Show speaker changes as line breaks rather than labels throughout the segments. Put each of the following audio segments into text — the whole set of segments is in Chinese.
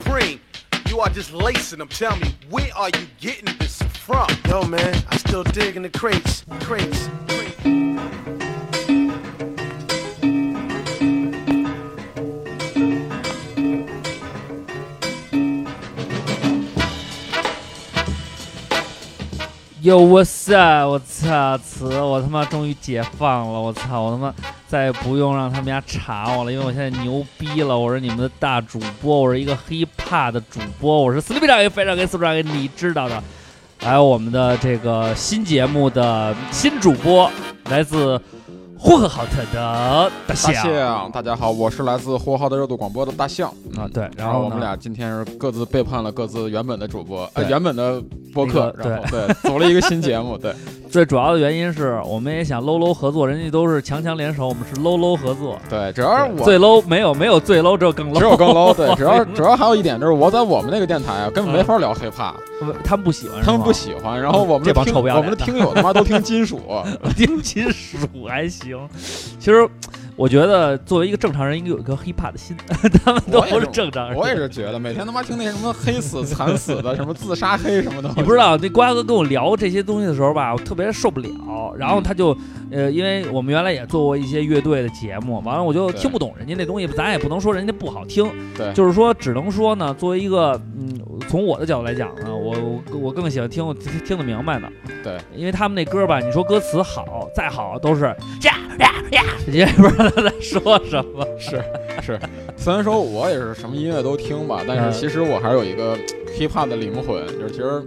string. You are just lacing them. Tell me, where are you getting this from?
Yo, man, I still dig in the crates, crates.
Yo what's up？我操，词，我他妈终于解放了！我操，我他妈再也不用让他们家查我了，因为我现在牛逼了！我是你们的大主播，我是一个 hiphop 的主播，我是 Sleepy 长给肥长给四长给你知道的。还有我们的这个新节目的新主播，来自呼和浩特的大
大
象
象，大家好，我是来自呼和浩特热度广播的大象。嗯
啊，对，然
然后
后
我们
呢
俩今天是各自背叛了各自原本的主播，呃，
对
原本的播客，
那个
然后对，组了一个新节目， 对，
最主要的原因是我们也想 low low 合作，人家都是强强联手，我们是 low low 合作。
对，只要是我
最 low 没有没有最 low，只有更 low。
只有更 low，对，只要主要还有一点就是我在我们那个电台啊，根
嗯
本没法聊 hiphop，
不他们不喜欢，
他们不
喜
喜欢，然后我们
哎嗯这
的
帮
听
臭不要
我
脸
们的听友他妈都听 金属，
欢听金属还行。其实我觉得作为一个正常人，应该有一颗 hiphop 的心， 他们都
我也
不
是
是正常人。
我也是觉得每天他妈听那什么黑死、惨死的，什么自杀黑什么的，
你不知道，那瓜哥跟我聊这些东西的时候吧，我特别受不了。然后他就，呃，因为我们原来也做过一些乐队的节目，完了我就
对
听不懂人家那东西，咱也不能说人家不好听，
对
就是说只能说呢，作为一个，嗯，从我的角度来讲呢，我我我更喜欢听我听听得明白的，
对，
因为他们那歌吧，你说歌词好，再好都是呀呀呀，人家也不知道他在说什么，
是是，虽然说我也是什么音乐都听吧，但
嗯
是其实我还是有一个 hiphop 的灵魂，就是其实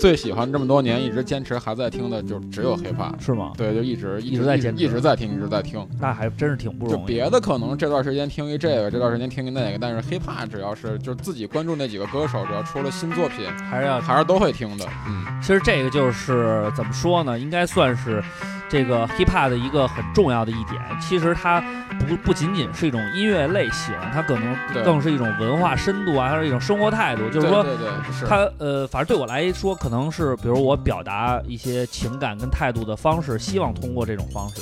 最喜欢这么多年一直坚持还在听的，就只有 hiphop。
是吗？
对，就一直
一
一
直
直
在
一直
坚持
一直在听，一直在听。
那还真是挺不
就
容易。
别的可能这段时间听一这个，这段时间听一那个，但是 hiphop 只要是就是自己关注那几个歌手，只要出了新作品，
还是要
还是都会听的。嗯，
其实这个就是怎么说呢，应该算是这个 hiphop 的一个很重要的一点。其实它不不仅仅是一种音乐类型，它可能
对
更是一种文化深度啊，还是一种生活态度。就是
对
说，
对对，是
它呃，反正对我来说，可能是比如我表达一些情感跟态度的方式，希望通过这种方式，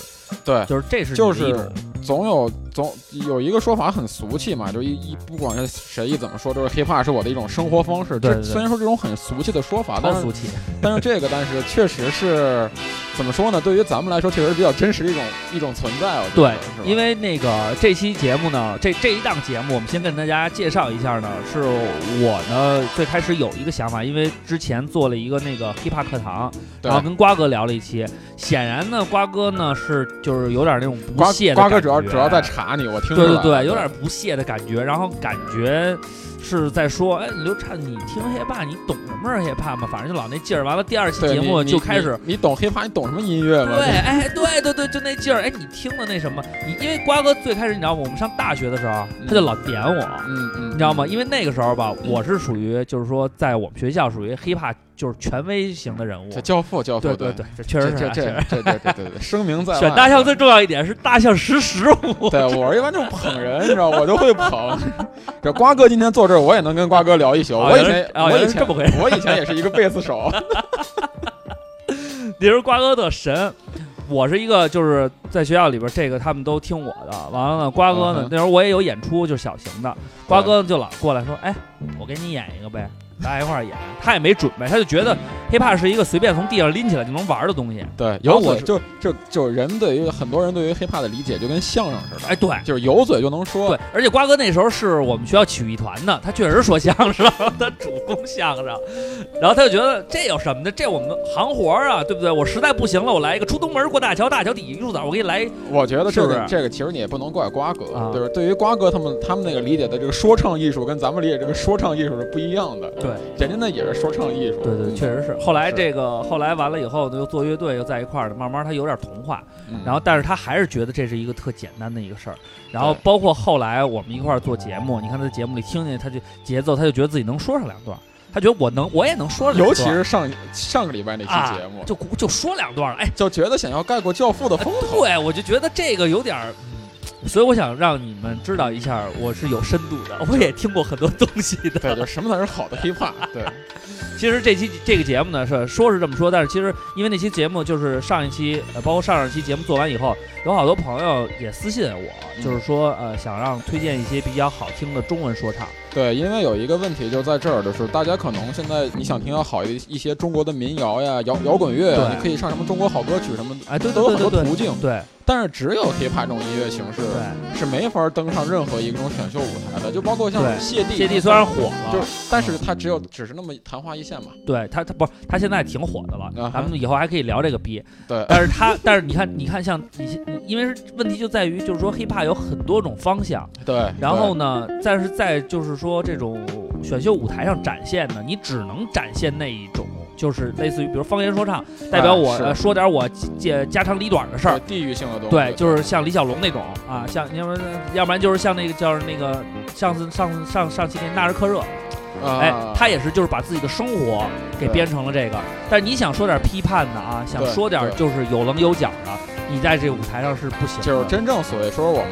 对。
就是这是
就
你的一
是
种
总有总有一个说法很俗气嘛，就一一不管是谁一怎么说，就是 hiphop 是我的一种生活方式。
对对
这
对
虽然说这种很俗气的说法，
高
但是
俗气。
但是这个但是确实是怎么说呢？对于咱们来说，确实比较真实的一种一种存在。我觉
对
得是吧，
因为那个这期节目呢，这这一档节目，我们先跟大家介绍一下呢，是我呢最开始有一个想法，因为之前做了一个那个 hiphop 课堂，
对
然后跟瓜哥聊了一期，显然呢，瓜哥呢是就是有点那种不
瓜
屑的
瓜哥
感
主要
觉
主要在啊查你，我听
对
出来
对
了
对，有点不屑的感觉，然后感觉是在说，哎，刘畅，你听 hiphop，你懂什么是 hiphop 吗？反正就老那劲儿。完了，第二期
对
节目
你
就开始
你你你懂 hiphop，你懂什么音乐吗？
对，哎，对对对，就那劲儿。哎，你听的那什么，你因为瓜哥最开始你知道吗？我们上大学的时候，啊他就老点我，
嗯嗯，
你知道吗？因为那个时候吧，我是属于就是说，在我们学校属于 hiphop 就是权威型的人物
这。教父教父
对对对，这确实
这
是
这
啊确
这
实
这这这这这声明在外啊
选大象最重要一点是大象识时务。
对我一般就捧人，你知道，我就会捧。这瓜哥今天坐这儿，我也能跟瓜哥聊一宿。
哦
我以
原来
前
是，哦
我
原来
以
是
前
这么回事
我以前也是一个贝斯手。
你是瓜哥的神，我是一个就是在学校里边，这个他们都听我的。完了呢，瓜哥呢
嗯哼
那时候我也有演出，就是小型的，瓜哥就老过来说，哎，我给你演一个呗，大家一块儿演。他也没准备，他就觉得 hiphop 是一个随便从地上拎起来就能玩的东西。
对，
然后
有
我
嘴
是
就就就人对于很多人对于 hiphop 的理解就跟相声似的，
哎，对。
嗯就是有嘴就能说
对。，而且瓜哥那时候是我们学校曲艺团的，他确实说相声， 他主攻相声，然后他就觉得这有什么的，这我们行活儿啊，对不对？我实在不行了，我来一个出东门过大桥，大桥底下一树枣，我给你来一
我觉得
是
这
不
个
是
这个其实你也不能怪瓜哥
啊，
就是对于瓜哥他们他们那个理解的这个说唱艺术跟咱们理解这个说唱艺术是不一样的。
对。
人家那也是说唱艺术。
对对，
嗯
确。实是。后来
是
这个后来完了以后呢，又做乐队，又在一块儿的，慢慢他有点同化，
嗯
然后但是他还是觉得这是一个特简单的一个事儿。然后
对
包括后来我们一块儿做节目，你看他在节目里听见他就节奏，他就觉得自己能说上两段儿，他觉得我能，我也能说上两段儿，
尤其是上上个礼拜那
啊
期节目，
就鼓就说两段儿，哎，
就觉得想要盖过《教父》的
哦
风头。
对我就觉得这个有点儿。嗯所以我想让你们知道一下，我是有深度的，我也听过很多东西的。
对，就什么才是好的 hiphop？对，
其实这期这个节目呢是说是这么说，但是其实因为那期节目就是上一期，呃，包括上上期节目做完以后，有好多朋友也私信我，
嗯
就是说呃想让推荐一些比较好听的中文说唱。
对，因为有一个问题就在这儿，就是大家可能现在你想听到好一一些中国的民谣呀、摇摇滚乐呀，
对
你可以上什么中国好歌曲什么，
哎，对
都
对
有
对对
很多
对，
途径。
对
但是只有 hiphop 这种音乐形式
对，
是没法登上任何一种选秀舞台的，就包括像
对
谢帝，
谢帝虽然火了，
就是，但是他只有只是那么昙花一现嘛。
对他他不是他现在挺火的了
啊哈，
咱们以后还可以聊这个逼。
对，
但是他但是你看你看像你因为是问题就在于就是说 hiphop 有很多种方向，
对，
然后呢，但是在就是说这种选秀舞台上展现呢，你只能展现那一种，就是类似于比如方言说唱，代表我、
哎是
呃说点我家家长里短的事
对
儿。
地域性的东西，
对，就是像李小龙那种啊，像要不然要不然就是像那个叫那个上次上次上上期那纳日克热，
啊
哎，他也是就是把自己的生活给编成了这个。但是你想说点批判的啊，想
对
说点
对
就是有棱有角的，你在这个舞台上是不行的。
就是真正所谓说我们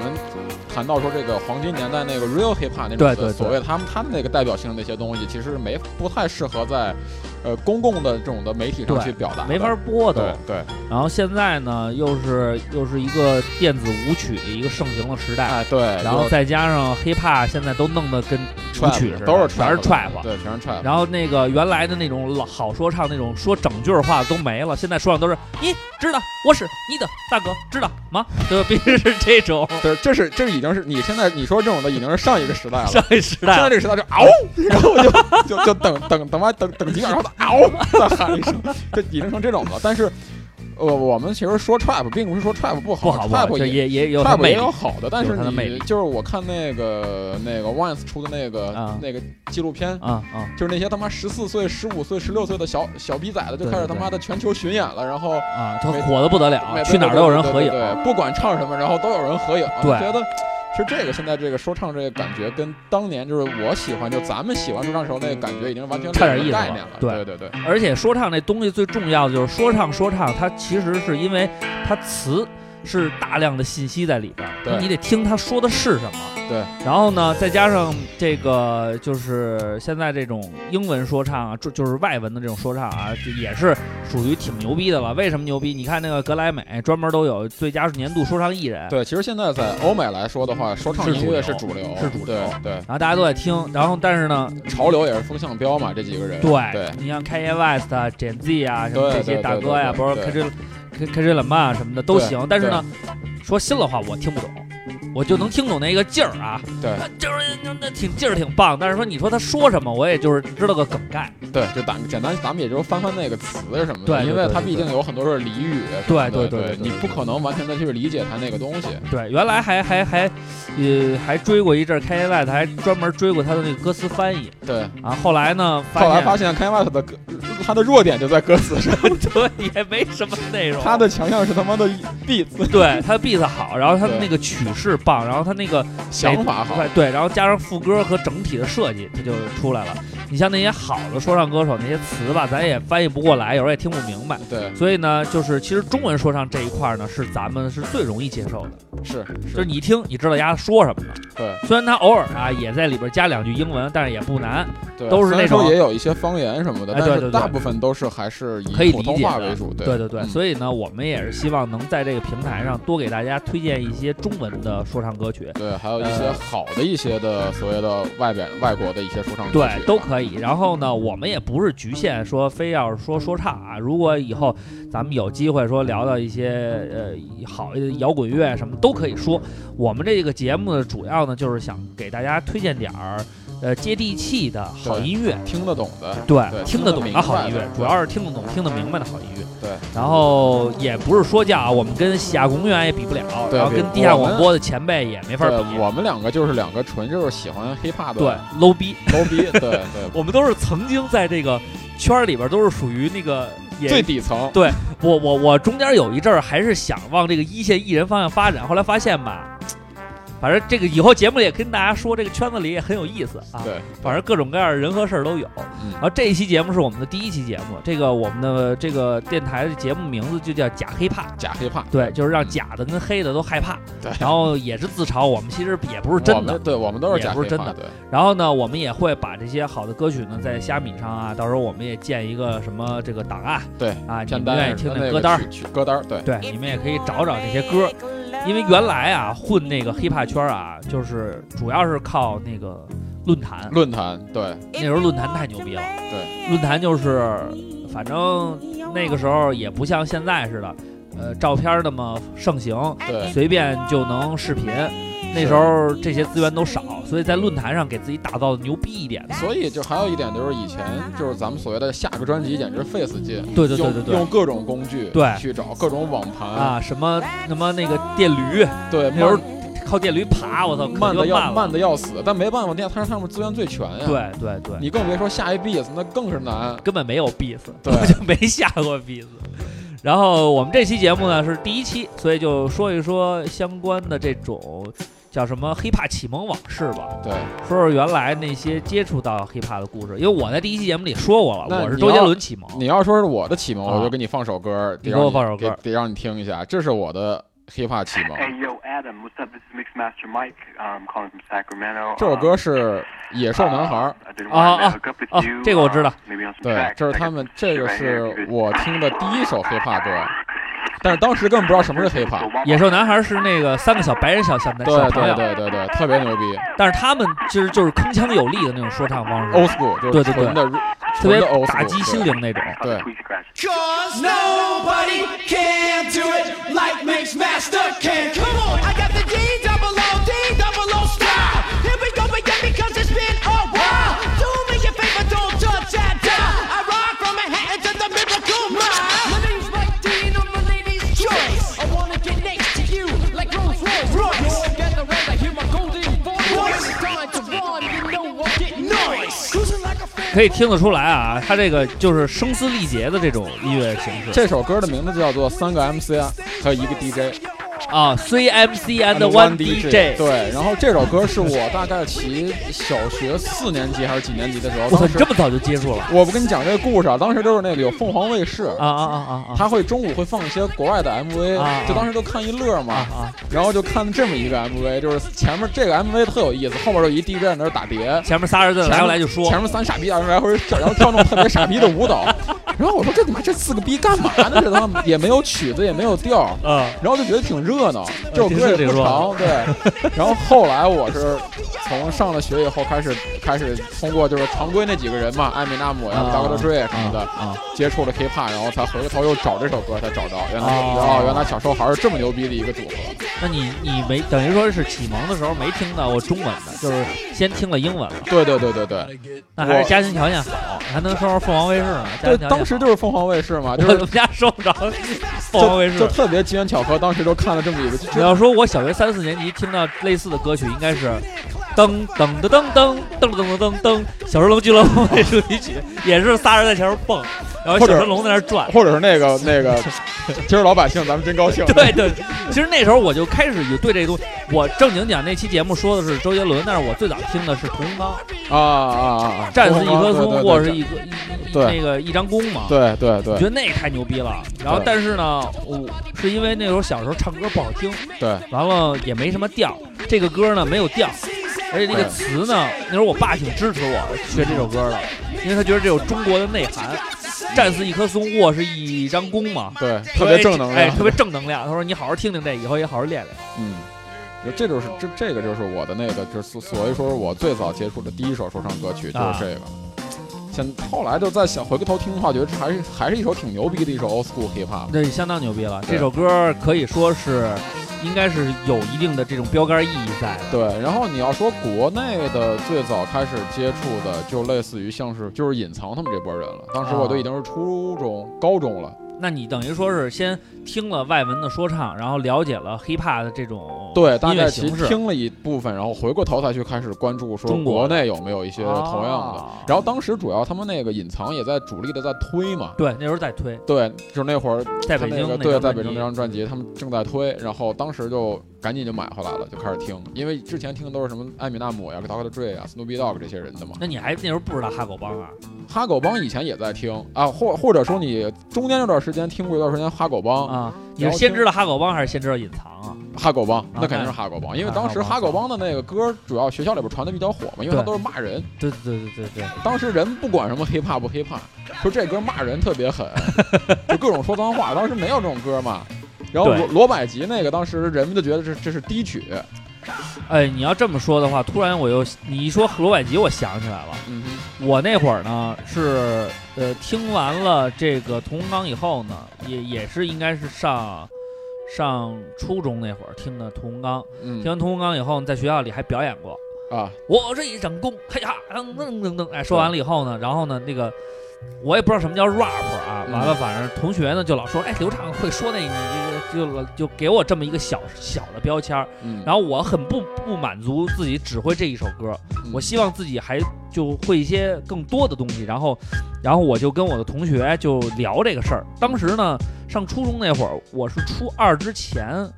谈到说这个黄金年代那个 real hip hop 那种
对对对
所谓他们他们那个代表性的那些东西，其实没不太适合在呃公共的这种的媒体上
对
去表达的，
没法播都。
对对，
然后现在呢，又是又是一个电子舞曲的一个盛行的时代，
哎对，
然后
就是
再加上 hiphop 现在都弄得跟舞
trap
曲似的，
都是
全是
trap
trap。
对，全是 trap。
然后那个原来的那种老好说唱那种说整句儿话都没了，现在说唱都是你知道我是你的大哥，知道吗？对，必须是这种
对，这是这已经是你现在你说这种的已经是上一个时代了，
上一时代
现在
了。
这个时代就嗷，然后就就就等等等完等等几秒，然后嗷再喊一声，就已经成这种了。但是，呃，我们其实说 trap 并不是说 trap 不
不
好
好不好，
，trap
这
也
也也有它
trap
魅
也
力
有。好的，但是
它的魅力
你就是我看那个那个 Once 出的那个
啊
那个纪录片。
啊啊
就是那些他妈十四岁、十五岁、十六岁的小小逼崽子，就
对
开始
对
他妈的全球巡演了，然后
啊！他火的不得了，
每
去哪儿都有人合影
对。对对对不管唱什么，然后都有人合影。
对
我觉得其实这个现在这个说唱这个感觉，跟当年就是我喜欢，就咱们喜欢说唱时候那个感觉，已经完全
差点意思了
概念了。
对
对对对，
而且说唱这东西最重要的就是说唱，说唱它其实是因为它词是大量的信息在里边儿，
对
你得听他说的是什么。
对。
然后呢，再加上这个就是现在这种英文说唱啊，就就是外文的这种说唱啊，就也是属于挺牛逼的了。为什么牛逼？你看那个格莱美专门都有最佳年度说唱艺人。
对，其实现在在欧美来说的话，说唱
是
音
主
乐
流
是主流，
是主流
对对，
然后大家都在听，然后但是呢，
潮流也是风向标嘛，这几个人。
对，
对
你像 Kanye West 啊、Gen Z 啊，什么
对
这些
对
大
对
哥呀，
对
包括
对
k a j k a j l a m a 什么的都
对
行。但是呢，说心里话，我听不懂，我就能听懂那个劲儿啊，
嗯对
啊就是那那挺劲儿挺棒。但是说你说他说什么，我也就是知道个梗概。
对，就咱简单，咱们也就翻翻那个词什么的，
对对
因为
对
它
对
毕
对
竟有很多是俚语什么
对对
的。
对
对
对对
你不可能完全的去理解它那个东西。
对，原来还还还，呃，还追过一阵 Kanye West，还专门追过他的那个歌词翻译
对，
啊。后来呢，
后来
现
发现 Kanye West 的歌，他的弱点就在歌词上，
对也没什么内容。
他的强项是他妈的 beat
对他的 beat 好，然后他的
对
那个曲式棒，然后他那个
想法好。
对对，然后加上副歌和整体的设计，它就出来了。你像那些好的说唱歌手那些词吧，咱也翻译不过来，有时候也听不明白。
对，
所以呢，就是其实中文说唱这一块呢，是咱们是最容易接受的，
是
就是
是，
你一听你知道丫说什么了。
对
虽然他偶尔啊也在里边加两句英文，但是也不难。
对，
都是
虽然
那种
说也有一些方言什么的，
哎对
但
对对
是大部分都是还是
可以
以
理
普
解的
通话为主。
对对对，
嗯
所以呢，我们也是希望能在这个平台上多给大家推荐一些中文的说唱歌曲。
对，还有一些
呃
好的一些的所谓的外边外国的一些说唱歌
对
曲，
都
吧
可以。然后呢，我们也不是局限说非要说说唱啊。如果以后咱们有机会说聊到一些呃好的摇滚乐什么都可以说。我们这个节目的主要呢，就是想给大家推荐点儿呃接地气的好
对
音乐。
听得懂的。
对，
对
听
听
得
得
懂
明
的好
白
音
的
乐，主
对
要是听得懂、听得明白的好音乐。
对，
然后也不是说教啊，我们跟西亚公园也比不了，
对
然后
比
跟地下
我
广
们
播的前辈也没法比
对。我们两个就是两个纯就是喜欢 hiphop
对
的
low 逼，
low 逼，对对，
我们都是曾经在这个圈儿里边儿都是属于那个也
最底层。
我我我中间有一阵儿还是想往这个一线艺人方向发展，后来发现吧，反正这个以后节目里也跟大家说，这个圈子里也很有意思啊。
对，
反正各种各样的人和事儿都有。
嗯
然后这一期节目是我们的第一期节目，这个我们的这个电台的节目名字就叫假黑怕。
假黑怕，
对，就是让假的跟黑的都害怕，
对
然后也是自嘲，我们其实也不是真
我
的
们。对我们都是
也
假
不是
黑
真
怕，
的
对，
然后呢，我们也会把这些好的歌曲呢，在虾米上啊，到时候我们也建一个什么这个档案，
对
啊，你
片
们
单
愿意
什
听
么
的
那
歌
个
单儿，
曲曲歌单儿，对，
对，你们也可以找找这些歌，因为原来啊，混那个 hiphop 圈儿啊，就是主要是靠那个论坛，
论坛，对，
那时候论坛太牛逼了，
对
论坛就是反正那个时候也不像现在似的，呃，照片儿那么盛行，
对，
随便就能视频。那时候这些资源都少，所以在论坛上给自己打造的牛逼一点的。
所以就还有一点就是以前就是咱们所谓的下个专辑简直费死劲，
对对对对
用用
对
各种工具
对
去找各种网盘，
啊，什么什么那个电驴，
对，
那时候
慢
靠电驴爬，我操，可
嗯慢
他妈
的要
慢
慢
了。
的要死，但没办法，那它上面资源最全呀，，
对对对，
你更别说下一 beats 那更是难，
根本没有 b e e
对
我 就没下过 b e e 然后我们这期节目呢是第一期，所以就说一说相关的这种叫什么 hiphop 启蒙往事吧，
对，
说说原来那些接触到 hiphop 的故事。因为我在第一期节目里说过
那
了，我是
你
周杰
要
伦启蒙。
你要说是我的启蒙，
哦啊
我就给你放首歌儿，
你给
得
我
让
放首歌
给得让你听一下，这是我的 hiphop 启蒙。
Hey yo, Adam, what's up? This is Mixmaster Mike. I'm calling from Sacramento. Um, uh,
这首歌是《野兽男孩》，
啊，啊，啊，这个我知道。
对，这是他们，哎这个是啊我听的第一首 hiphop 歌，但是当时根本不知道什么是 hiphop。
野兽男孩是那个三个小白人小小男
对
小朋
对
友，
对对对，特别牛逼
但是他们其实就是铿锵有力的那种说唱方式，
，old school 就
对
是
对对
纯的
特别
哦纯的 old school，
打击心灵那种。
对
Cause nobody can do it like Mix Master can. Come on, I got the D double O D double O style. Here we go again because it's been a while. Do me a favor, don't touch that dial. I ride from Manhattan to the Miracle Mile. My name's Mike Dean, I'm a lady's choice. I wanna get next to you like Rolls Royce. Royce. Gather round, I hear my golden voice. It's time to run, you know I'm getting noise. Cruising like a
可以听得出来啊，他这个就是声嘶力竭的这种音乐形式
这首歌的名字叫做《三个 MC》和一个 DJ
啊，CMC and
One
One DJ。
对，然后这首歌是我大概骑小学四年级还是几年级的时候，
我操，
当
你
时
这么早就接触了
我不跟你讲这个故事啊，当时就是那个有凤凰卫视
啊啊啊啊啊！
他会中午会放一些国外的 MV，、
啊
就当时都看一乐嘛，
啊啊
然后就看这么一个 MV，就是前面这个 MV 特有意思，后面就一 DJ 在那儿打碟，
前面仨人在那
前
来
面
回来就说
呃前面三傻逼在那儿来回跳，然后跳那种特别傻逼的舞蹈，然后我说这他妈这四个逼干嘛呢？这他妈也没有曲子，也没有调儿。
啊，
然后就觉得挺热闹，嗯这首歌也不长，对。然后后来我是从上了学以后开始开始通过就是常规那几个人嘛，艾米纳姆呀、大 r 的 Dre 什么的，
啊
接触了 K-pop，然后才回过头又找这首歌，才找到原来
哦
哦，原来小时候还是这么牛逼的一个组合。
那你你没等于说是启蒙的时候没听到过中文的，就是先听了英文了，
对对对对对，
那还
我
是家庭条件好，还能收着凤凰卫视呢。家庭条
对，
件
当时
好
就是凤凰卫视嘛，就
我
是
们家收不着凤凰卫
就就
视。
特别机缘巧合，当时就看了这么一个，
你
就
要说我小学三四年级听到类似的歌曲，应该是噔噔噔噔噔噔噔噔噔噔，小神龙俱乐部那主题曲，也是仨人在前面蹦，然后小神龙在那儿转。
或者是那个那个，今儿老百姓咱们真高兴。
对对，其实那时候我就开始有对这东西，我正经讲那期节目说的是周杰伦，但是我最早听的是屠洪刚，
啊啊啊啊！
战死一棵
对
松，
对
或
对
是一个一一
对
那个一张弓嘛。
对对
我
对
觉得那太牛逼了，然后
对
但是呢，我是因为那时候小时候唱歌不好听，
对
完了也没什么调，这个歌呢没有调，而且这个
对
词呢，那时候我爸挺支持我学这首歌的，因为他觉得这有中国的内涵。战似一棵松，卧是一张弓嘛，
对，特别正能
哎，
量
特。别正能量。他说你好好听听这，以后也好好练练。
嗯，就这就是这这个就是我的那个，就是所所以说是我最早接触的第一首说唱歌曲就
啊
是这个。现后来就再想回过头听的话，觉得这还是还是一首挺牛逼的一首 old school hip hop。
那相当牛逼了，
对
这首歌可以说是，应该是有一定的这种标杆意义在的。
对，然后你要说国内的最早开始接触的，就类似于像是就是隐藏他们这波人了。当时我都已经是初中、高中了，
那你等于说是先听了外文的说唱，然后了解了 hiphop 的这种
对，大
音
概
乐
其
形
实
式，
听了一部分，然后回过头才去开始关注说
中国
国内有没有一些同样的。
啊
然后当时主要他们那个隐藏也在主力的在推嘛，
对，那时候在推，
对，就是那会儿
在
他
北
那
京
个
那
对，
张
在
专
北京那
辑
张专辑他们正在推，然后当时就赶紧就买回来了，就开始听，因为之前听的都是什么艾米纳姆呀、Dr. Dre 呀、Snoop Dogg 这些人的嘛。
那你还那时候不知道哈狗帮啊？
哈狗帮以前也在听啊，或或者说你中间那段时间听过一段时间哈狗帮，
啊，你
然
是
后
先
听
知道哈狗帮还是先知道隐藏啊？
哈狗帮那
那
肯定是哈狗帮，因为
啊
当时哈
哈
狗
狗
帮的那个歌主要学校里边传的比较火嘛，因为它
对
都是骂人。
对对对对对对，
当时人不管什么 hiphop 不 hiphop，说这歌骂人特别 狠，就各种说脏话。当时没有这种歌嘛。然后
对
罗罗百吉那个，当时人们就觉得这这是低曲，
哎，你要这么说的话，突然我又你一说罗百吉，我想起来了，
嗯哼，
我那会儿呢是呃听完了这个屠洪刚以后呢，也也是应该是上上初中那会儿听的屠洪刚，
嗯
听完屠洪刚以后，在学校里还表演过。
啊，
我这一整功，嘿哈，噔噔噔噔，哎，说完了以后呢，然后呢，那个我也不知道什么叫 rap 啊，
嗯
完了，反正同学呢就老说，哎，刘畅会说那，你这个就就给我这么一个小小的标签儿，
嗯，
然后我很不不满足自己只会这一首歌，
嗯
我希望自己还就会一些更多的东西，然后，然后我就跟我的同学就聊这个事儿。当时呢，上初中那会儿，我是初二之前，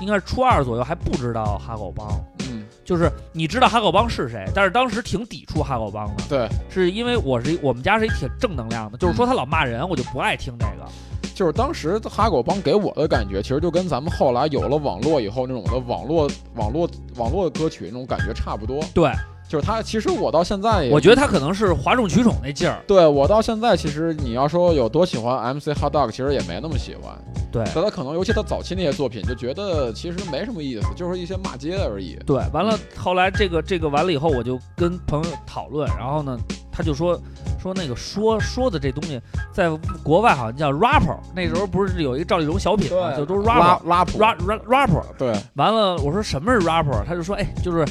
应该是初二左右还不知道哈狗帮。
嗯，
就是你知道哈狗帮是谁，但是当时挺抵触哈狗帮的，
对，嗯
是因为我是我们家是一挺正能量的，就是说他老骂人，我就不爱听这个。
就是当时哈狗帮给我的感觉，其实就跟咱们后来有了网络以后那种的网络网络网络歌曲那种感觉差不多。
对，
就是他，其实我到现在也，
我觉得他可能是哗众取宠那劲儿。
对我到现在，其实你要说有多喜欢 MC Hot Dog，其实也没那么喜欢。
对
但他可能，尤其他早期那些作品，就觉得其实没什么意思，就是一些骂街而已。
对，完了后来这个这个完了以后，我就跟朋友讨论，然后呢，他就说说那个说说的这东西，在国外好像叫 rapper，那时候不是有一个赵丽蓉小品嘛，就都是
拉
rapper。
拉普，
rap rap rapper，
对，
完了，我说什么是 rapper？他就说，哎，就是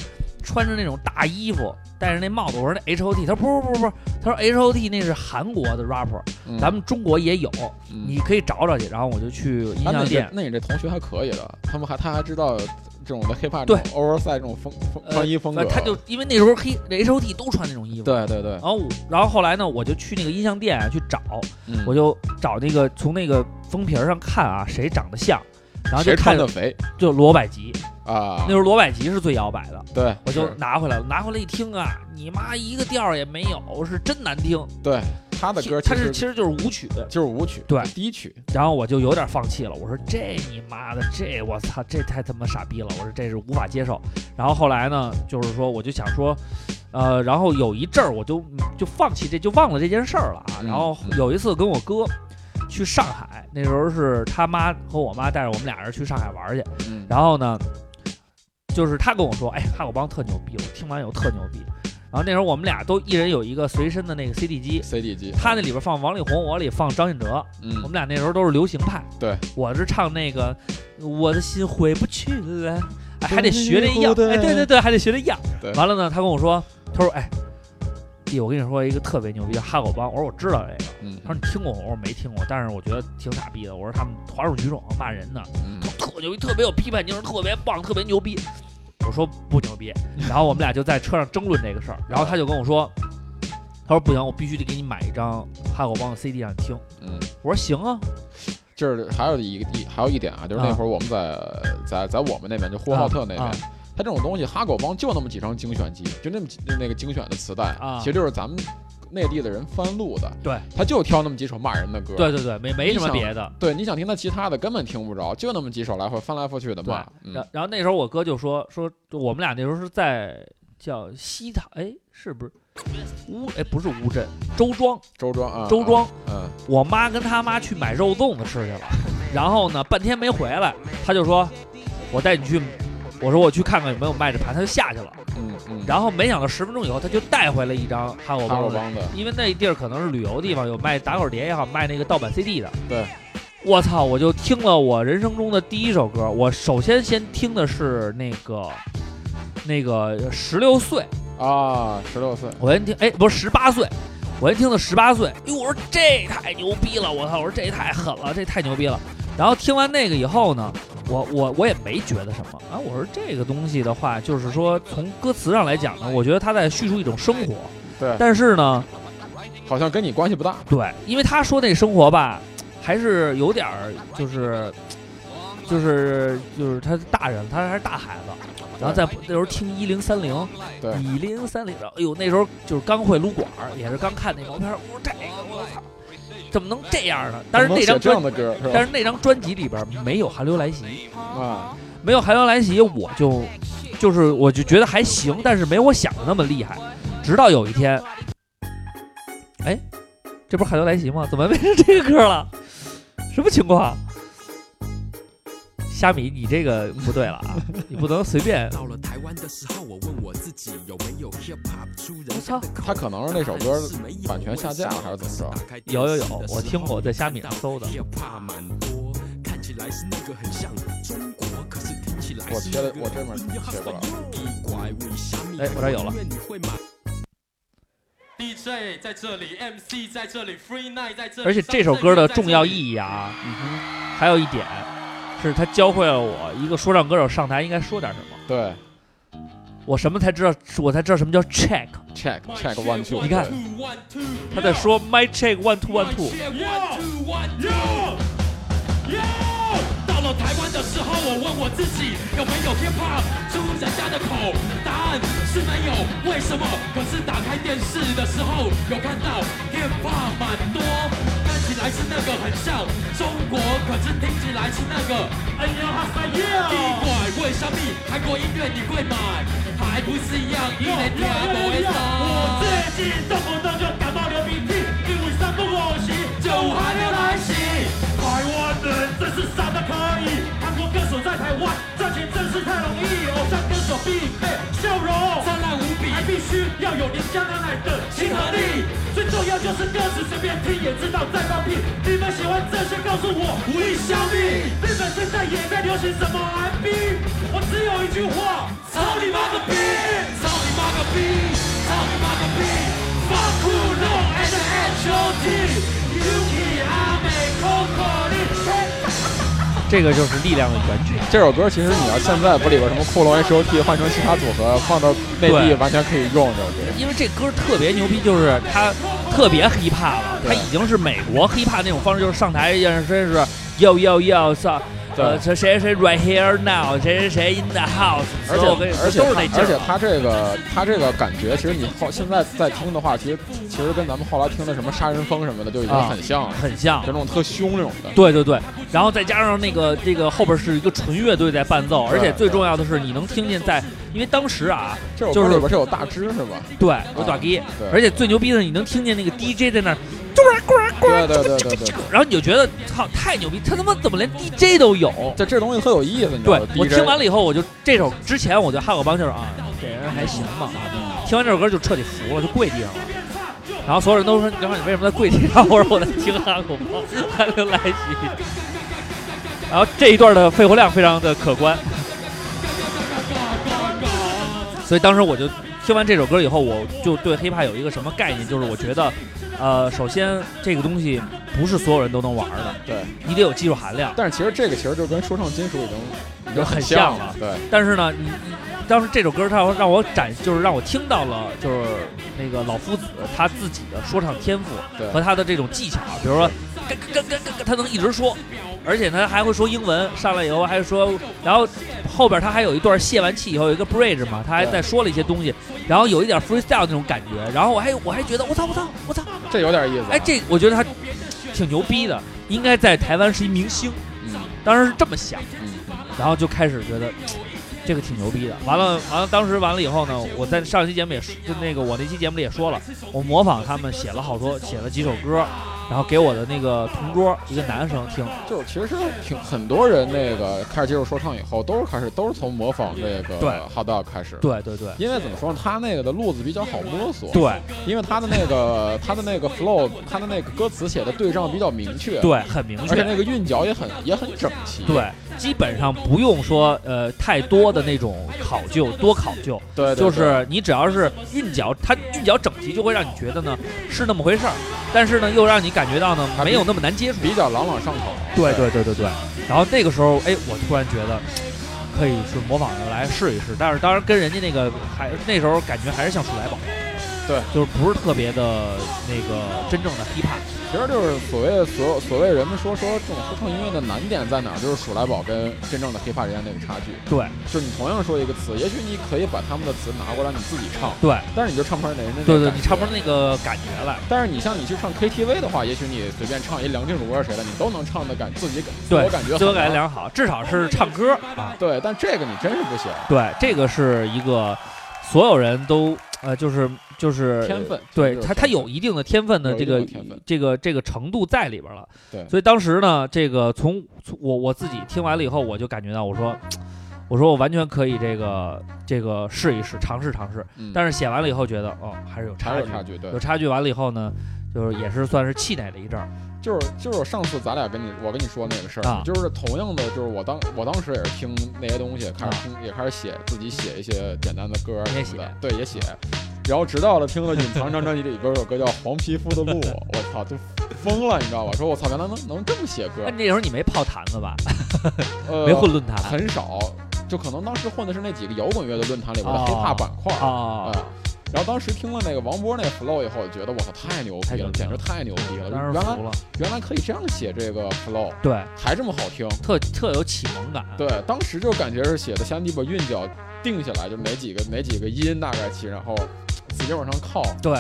穿着那种大衣服，戴着那帽子。我说那 H O T，他说不不不不，他说 H O T 那是韩国的 rapper，
嗯
咱们中国也有，
嗯
你可以找找去。然后我就去音
啊那
像
你这
店，
那你这同学还可以的，他们还他还知道这种的 hiphop 这
对
种 oversize 这种风风
呃
穿衣风格，
他就哦因为那时候黑 H O T 都穿那种衣服。。
对对对
然，后我，然后后来呢，我就去那个音像店啊去找，
嗯
我就找那个从那个封皮儿上看啊，谁长得像，然后就
谁
看
穿的肥
就罗百吉，
啊
那时？候罗百吉是最摇摆的，
对，
我就是拿回来了，拿回来一听啊，你妈一个调儿也没有，是真难听。
对他的歌，
它是其实就是舞曲，
就是舞曲，
对
低曲，
然后我就有点放弃了。我说这你妈的，这我操，这太他妈傻逼了！我说这是无法接受。然后后来呢，就是说我就想说，呃，然后有一阵儿我就就放弃这就忘了这件事儿了啊。
嗯
然后有一次跟我哥去上海，那时候是他妈和我妈带着我们俩人去上海玩儿去，
嗯，
然后呢，就是他跟我说，哎，哈狗帮特牛逼，我听完以后特牛逼。然后那时候我们俩都一人有一个随身的那个 CD 机，
CD 机，
他那里边放王力宏，我里放张信哲，我
嗯
们俩那时候都是流行派。
对，
我是唱那个我的心回不去了，哎还得学这样，哎，对对对，还得学这样
对。
完了呢，他跟我说，他说，哎。弟，我跟你说一个特别牛逼的哈狗帮，我说我知道这个，
嗯
他说你听过吗？我说没听过，但是我觉得挺傻逼的。我说他们哗众取宠，骂人呢。
嗯
特牛逼，特别有批判精神，特别棒，特别牛逼。我说不牛逼，然后我们俩就在车上争论这个事儿，然后他就跟我说，他说不行，我必须得给你买一张哈狗帮的 CD 让你听。
嗯，
我说行啊，
就是还有一个一还有一点啊，就是那会儿我们在在在我们那边，就呼和浩特那边
啊。
他这种东西，哈狗帮就那么几张精选集，就那么几那个精选的磁带，
啊
其实就是咱们内地的人翻录的，
对，
他就挑那么几首骂人的歌，
对对对，没没什么别的。
对，你想听他其他的根本听不着，就那么几首来回翻来覆去的
对
骂。嗯，
然然后那时候我哥就说说我们俩那时候是在叫西塔，哎，是不是乌？哎，不是乌镇，周庄，
周庄啊，
周庄。
嗯，
我妈跟他妈去买肉粽子吃 去了，然后呢，半天没回来，他就说，我带你去，我说我去看看有没有卖这盘，他就下去了。
嗯嗯嗯，
然后没想到十分钟以后，他就带回来一张哈狗
哈
帮
狗
的，
帮的，
因为那地儿可能是旅游地方，有卖打口碟也好，卖那个盗版 CD 的。
对，
我操，我就听了我人生中的第一首歌，我首先先听的是那个。那个十六岁，
啊，十六岁，
我先听，哎，不是十八岁，哎我先听的十八岁，哟，我说这太牛逼了，我操，我说这也太狠了，这太牛逼了。然后听完那个以后呢，我我我也没觉得什么啊。我说这个东西的话，就是说从歌词上来讲呢，我觉得他在叙述一种生活，
对，
但是呢，
好像跟你关系不大。
对，因为他说那生活吧，还是有点儿就是。就是就是他是大人，他还是大孩子，然后在那时候听一零三零，
对
一零三零，然后哎呦那时候就是刚会撸管儿，也是刚看那毛片儿，我说这个我操，怎么能这样呢？但是
怎么
那张
能写这
专
样的歌是吧？
但是那张专辑里边没有《寒流来袭》，
啊，
没有《寒流来袭》，我就就是我就觉得还行，但是没我想的那么厉害。直到有一天，哎，这不是《寒流来袭》吗？怎么变成这个歌了？什么情况？啊虾米，你这个不对了啊！你不能随便。
到了台湾的时候，我问我自己有没有 hip hop 出人家的口
他可能是那首歌
是没有
版权下架了还是怎么着？
有有有，我听过，在虾米上搜的。
hip hop 蛮多，看起来是那个很像中国，可是听起来
我
是
切了
那个
哎我这边切过来了
奇怪为虾米
哎我这有了。
你会买
DJ 在这里，MC 在这里，Free Night 在这里，
而且这首歌的重要意义啊，还有一点是它教会了我，一个说唱歌手上台应该说点什么。
对
我什么才知道？我才知道什么叫 check。
，check check one two，
你看他在说 my check one two one two。
到了台湾的时候，我问我自己有没有 hip hop 出人家的口，答案是没有。为什么？可是打开电视的时候，有看到 hip hop 蛮多，看起来是那个很像中国，可是听起来是那个哎呀哈塞耶。奇怪，为什么韩国音乐你会买？还不是一样，一人听啊不会懂。我自己动不动就感冒流鼻涕，因为三不五时就寒流来袭。台湾人真是傻的可以，韩国歌手在台湾赚钱真是太容易，偶像歌手必备笑容灿烂无比，还必须要有廉价而来的亲和力。最重要就是歌词随便听也知道在放屁，你们喜欢这些告诉我无力消弭。日本现在也在流行什么 R&B，我只有一句话：操你妈个逼，操你妈个逼，操你妈个逼，Fuck you no and H O T，Yuki 阿美 Coco 你。
这个就是力量的源泉。
这首歌其实你要现在把里边什么库龙 H O T 换成其他组合，放到内
对
地完全可以用这首歌。
因为这歌特别牛逼，就是它特别 hiphop 了，它
对
已经是美国 hiphop 那种方式，就是上台要真是 yo yo yo 操。呃，谁谁谁 right here now，谁谁谁 in the house，
而
所有跟
且而且
都是啊那劲
它而且
儿。
他这个他这个感觉，其实你后现在在听的话，其实其实跟咱们后来听的什么杀人风什么的就已经
啊
很像了，
很像
就那，种特凶那种的。
对对对，然后再加上那个这个后边是一个纯乐队在伴奏，而且最重要的是你能听见在，因为当时啊，
这首
就
歌
是
里边是有大支是吧？
对有短笛，
对
而且最牛逼的是你能听见那个 DJ 在那儿，
对对对对对。
然后你就觉得操太牛逼，他他妈怎么连 DJ 都有？
这这东西特有意思，你知道
对
吗？
我
DJ
听完了以后，我就这首之前我对哈狗帮就是啊，这人还行吧啊。听完这首歌就彻底服了，就跪地上了。然后所有人都说：“你告诉你为什么在跪地上？”我说：“我在听哈狗帮，还能来袭。”然后这一段的肺活量非常的可观，所以当时我就听完这首歌以后，我就对 hiphop 有一个什么概念，就是我觉得，呃，首先这个东西不是所有人都能玩的，
对，
你得有技术含量。
但是其实这个其实就跟说唱金属已经已经
很像
像
了
对，
但是呢，你你当时这首歌它要让我展，就是让我听到了，就是那个老夫子他自己的说唱天赋
对
和他的这种技巧，比如说，跟跟跟跟跟他能一直说，而且他还会说英文，上来以后还说，然后后边他还有一段泄完气以后有一个 bridge 嘛，他还
对
在说了一些东西，然后有一点 freestyle 那种感觉，然后我还我还觉得我操我操我操，
这有点意思啊。
哎，这我觉得他挺牛逼的，应该在台湾是一明星。
嗯
当时是这么想，
嗯
然后就开始觉得这个挺牛逼的。完了，完了，当时完了以后呢，我在上一期节目也说就那个我那期节目里也说了，我模仿他们写了好多，写了几首歌，然后给我的那个同桌一个男生听，
就是其实挺很多人那个开始接触说唱以后，都是开始都是从模仿这
对
个 hot dog 开始。
对对对
因为怎么说呢，他那个的路子比较好摸索，，
对
因为他的那个他的那个 flow，他的那个歌词写的对仗比较明确，，
对，很明
而且那
确，
个韵脚也很也很整齐，
对，基本上不用说呃太多的那种考究，多考究。
对，对
就
对
是你只要是韵脚，它韵脚整齐，就会让你觉得呢是那么回事儿，但是呢又让你感觉到呢
还比
没有那么难接触。
比较朗朗上口。
对对对对对。然后那个时候，哎，我突然觉得可以是模仿着来试一试，但是当然跟人家那个还那时候感觉还是像鼠来宝，
对，
就是不是特别的那个真正的 hiphop。
其实就是所谓所有所谓人们说说这种说唱音乐的难点在哪儿，就是鼠来宝跟真正的 hiphop 之间那个差距。
对
就是你同样说一个词，也许你可以把他们的词拿过来你自己唱，
对
但是你就唱不出来人家那
对
个
对，
感
你
觉
差不多那个感觉来。
但是你像你去唱 KTV 的话，也许你随便唱一梁静茹啊谁的，你都能唱的感自己感自
对
我感觉，
自我
很
感觉
好
良好，至少是唱歌啊。
对，但这个你真是不行，
对，这个是一个所有人都呃，就是就是
天分
对
就是
他
天
他
分
有一定的天分的
有
这
一定的
个
天分
这个这个程度在里边了。
对
所以当时呢，这个从从我我自己听完了以后，我就感觉到我说。我说我完全可以这个这个试一试，尝试尝试。
嗯
但是写完了以后觉得哦，还是有
还
差
是有
距，
差距。对
有，差距。完了以后呢，就是也是算是气馁了一阵儿。
就是就是上次咱俩跟你我跟你说那个事儿、
啊
就是同样的，就是我当我当时也是听那些东西，开始听、也开始写自己写一些简单的歌
啊你也
什么的
写，
对也写。然后直到了听了隐藏张专辑里边有首歌叫《黄皮肤的 路》，我操，就疯了，你知道吧？说我操，原来能能这么写歌
那，那时候你没泡坛子吧？
呃，
哎 没混论坛
很少，就可能当时混的是那几个摇滚乐的论坛里边的
哦
hiphop 板块儿
哦
嗯。然后当时听了那个王波那个 flow 以后，我觉得我操太牛
太
逼
牛
了，
逼
简直
了
太牛逼了！
哦当时
原
服
来
了。
原来可以这样写这个 flow，
对，
还这么好听。
特特有启蒙感。
对，当时就感觉是写的像你把韵脚定下来，就哪几个哪几个音大概齐，然后使劲往上靠。
对，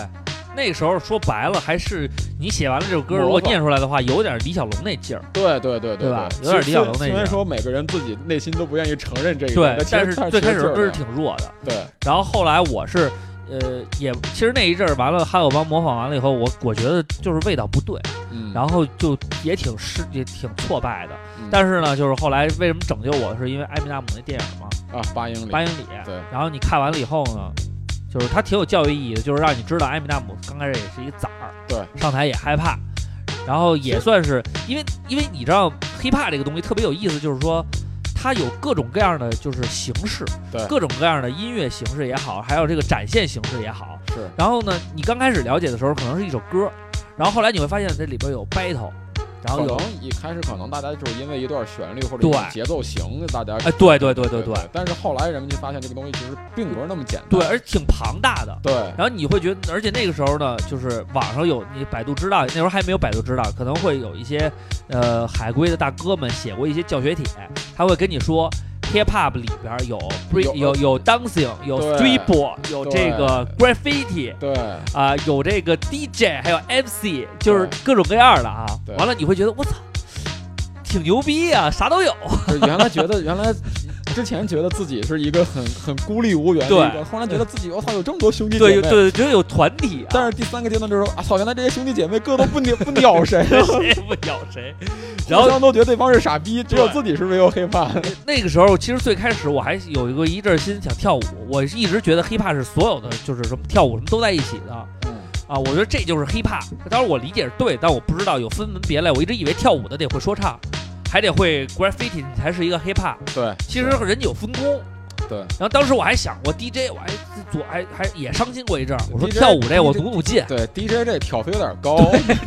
那时候说白了，还是你写完了这首歌，如
模
果
仿
念出来的话，有点李小龙那劲儿。
对对对
对吧
对，
有点李
虽
小龙那
虽
一
然
个
说每个人自己内心都不愿意承认这个，
对，
其实
但是最开始
劲儿
歌是
的
挺弱的。
对
然后后来我是，呃，也其实那一阵儿完了，哈友帮模仿完了以后，我我觉得就是味道不对，
嗯，
然后就也挺失，也挺挫败的。
嗯
但是呢，就是后来为什么拯救我，是因为艾米纳姆那电影嘛，
啊八英里
《八英里》。
对
然后你看完了以后呢，就是它挺有教育意义的，就是让你知道艾米纳姆刚开始也是一个崽儿，
对，
上台也害怕，然后也算是因为因为你知道 hiphop 这个东西特别有意思，就是说。它有各种各样的就是形式，
对
各种各样的音乐形式也好，还有这个展现形式也好。
是
然后呢，你刚开始了解的时候可能是一首歌，然后后来你会发现这里边有 battle，然后
可
有
能一开始可能大家就是因为一段旋律或者
对
一种节奏型，大家
哎，对对对对对
对但是后来人们就发现这个东西其实并不是那么简单。
对，而且挺庞大的。
对
然后你会觉得，而且那个时候呢，就是网上有你百度知道，那时候还没有百度知道，可能会有一些呃海归的大哥们写过一些教学帖，他会跟你说。hip hop 里边有 break
有
有有 dancing，有
对
strip，有
对
这个 graffiti
对
啊、有这个 DJ，还有 MC，就是
对
各种各样的啊
对。
完了你会觉得我操，挺牛逼啊，啥都有。
就是原来觉得原来之前觉得自己是一个很很孤立无援的
对
一个，后来觉得自己我操有这么多兄弟姐
对
妹。
有对，觉得有团体啊，
但是第三个阶段就是说啊操，原来这些兄弟姐妹个都不鸟不 鸟谁，
谁也不咬谁。然
互
后
相都觉得对方是傻逼，只有
对
自己是没有黑怕。
那个时候，其实最开始我还有一个一阵儿心想跳舞，我一直觉得 hiphop 是所有的就是什么跳舞什么都在一起的啊，我觉得这就是 hiphop。当然我理解是对，但我不知道有分门别类，我一直以为跳舞的得会说唱，还得会 graffiti 你才是一个 hiphop。
对
其实人家有分工。
对
然后当时我还想过 DJ，我还左还还也伤心过一阵儿，我说
DJ
跳舞这我努努劲，
对，DJ 这挑费有点高。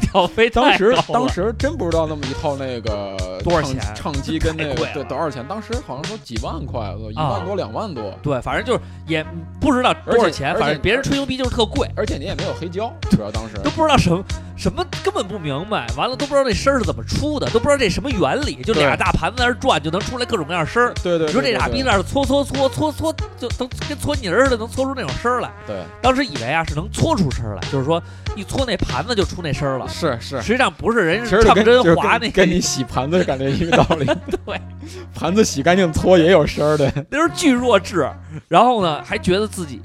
跳飞
当
太
时
高了
当时真不知道那么一套那个
多少
唱
钱
唱机跟那个
太贵了
对多少钱？当时好像说几万块，一
啊
万多两万多，
对，反正就是也不知道多
而
少
且
钱，
而
反
且
正别人吹牛逼就是特贵。
而且你也没有黑胶，主要当时
都不知道什么什么，根本不明白。完了都不知道这声儿是怎么出的，都不知道这什么原理，就俩
对
大盘子在那儿转就能出来各种各样声儿。
对对，
你说
对
这傻逼？那儿搓搓搓搓搓，就能跟搓泥儿似的，能搓出那种声儿来。
对
当时以为啊是能搓出声儿来，就是说一搓那盘子就出那声儿了
对，。是是，
实际上不是，人
其
家
实
是
就
唱
跟
针
就是
滑
跟
那个
跟，你洗盘子感觉一个道理，
对，
盘子洗干净搓也有声儿的，
那时候巨弱智。然后呢，还觉得自己，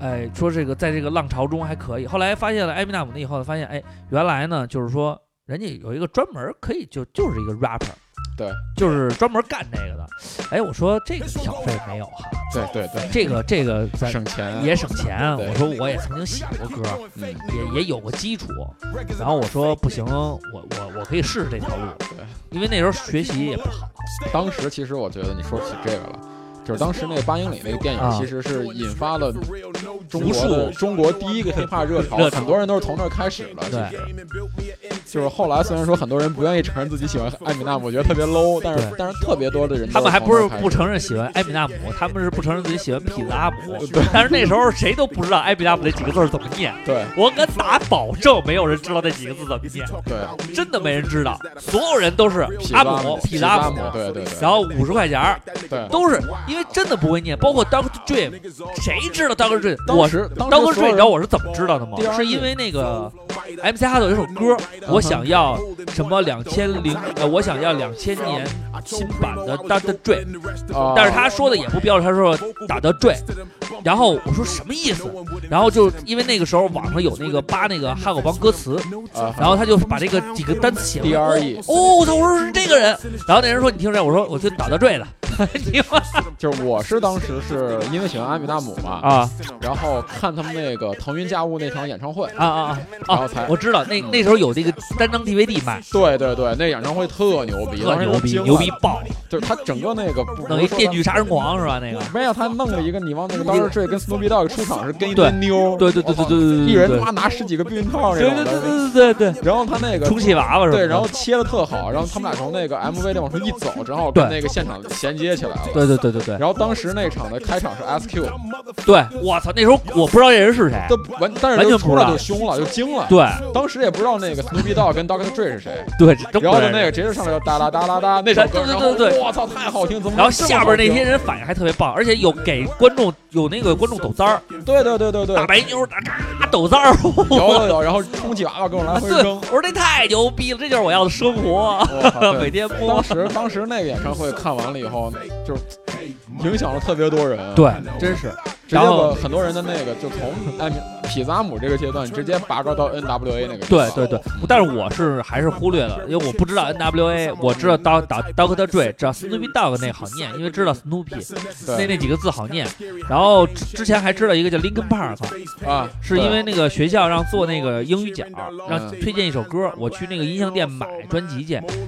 哎，说这个在这个浪潮中还可以。后来发现了艾米纳姆那以后呢，发现哎，原来呢就是说人家有一个专门可以就就是一个 rapper。
对
就是专门干这个的。哎，我说这个挑费没有哈，
对对对，
这个这个咱
省钱啊
也省钱啊。
对
我说我也曾经写过歌，
嗯
也也有过基础。然后我说不行，我我我可以试试这条路，因为那时候学习也不好。
当时其实我觉得你说起这个了，就是当时那个八英里那个电影，
啊
其实是引发了中
无
国
数
的中国第一个 hiphop 热潮
热，潮
很多人都是从那儿开始的。其
对
实就是后来虽然说很多人不愿意承认自己喜欢艾米纳姆，我觉得特别 low，但是
对
但是特别多的人都
他们还
从
不
那
是
儿开始
不承认喜欢埃比纳姆，他们是不承认自己喜欢痞子阿姆。 但是那时候谁都不知道埃比纳姆这几个字儿怎么念。
对
我敢打保证，没有人知道这几个字怎么念，
对
真的没人知道，所有人都是阿姆、痞
痞
子
子
阿
阿
姆
姆，对对对
然后五十块钱儿
对。
都是因为真的不会念，包括 Doctor Dream，谁知道 Doctor Dream？
当
我
时当时
Doctor
所
Dream，你
有人
知道我是怎么知道的吗
第？二嗯
是因为那个 MC 哈豆有一首歌，我想要什么两千零呃，我想要两千年新版的 Doctor Dream，呃
啊
但是他说的也不标准，他说打的坠，然后我说什么意思？然后就因为那个时候网上有那个扒那个哈狗帮歌词，
啊
然后他就把这个几个单词写了
DRE
哦，我操！我说是这个人，然后那人说你听着，我说我去打到坠了，你妈
就是我是当时是因为喜欢艾米纳姆嘛，
啊
然后看他们那个腾云驾雾那场演唱会，
啊啊啊
然后！才
我知道那那时候有这个单张 DVD 卖，
对对对，那演唱会特牛逼，
特
当时
牛
我
逼，
惊了
牛逼，爆，
就是他整个那个不
弄一电。
不是
锯
说
杀人狂是吧？那个
他没有，他弄了一个，你忘那个当时这跟 Snoopy Dogg 出场是跟一
对
堆妞儿，
对对对对对对对
一人
对
他妈拿十几个避孕套那
对对
种的，
对对对对，
然后他那个
充气娃娃是吧？
对，然后切的特好，然后他们俩从那个 MV 里往出一走，正好
对
跟那个现场衔接起来了。
对对对对对
然后当时那场的开场是 SQ，
对，我操！那时候我不知道这人是谁，
都完，但
完
是
全
就
不
出
知
来
道
就凶了，就惊了。，
对
当时也不知道那个 Snoopy Dogg 跟 Dr. Dre 是谁，
对，真
然
不
后
认
就
识
那个直接上来就哒啦哒啦哒那首歌，
对对对对对
然后我操，太好听，怎么
然后
这么
下边那
好听
些人反应还特别棒，而且有给观众有那个观众抖簪儿，
对对对对对，
大白妞儿，嘎抖簪儿，
摇摇摇，然后充气娃娃跟我来 回
对，
扔
我。说这太牛逼了，这就是我要的生活，
我靠对
每天播
当。时当时那个演唱会看完了以后，就是影响了特别多人。，
对，真是，
直接
然
把
后
很多人的那个就从艾米匹兹阿姆这个阶段直接拔高到 NWA 那个。
对对对，但是我是还是忽略了，因为我不知道 NWA，我知道 Dog Dog Dog Dre，知道 Snoopy Dogg 那好念，因为知道 Snoopy 那
对
那几个字好念，然后之之前还知道一个叫 Linkin Park，
啊，
是因为那个学校让做那个英语角，让
嗯
推荐一首歌，我去那个音像店买专辑去。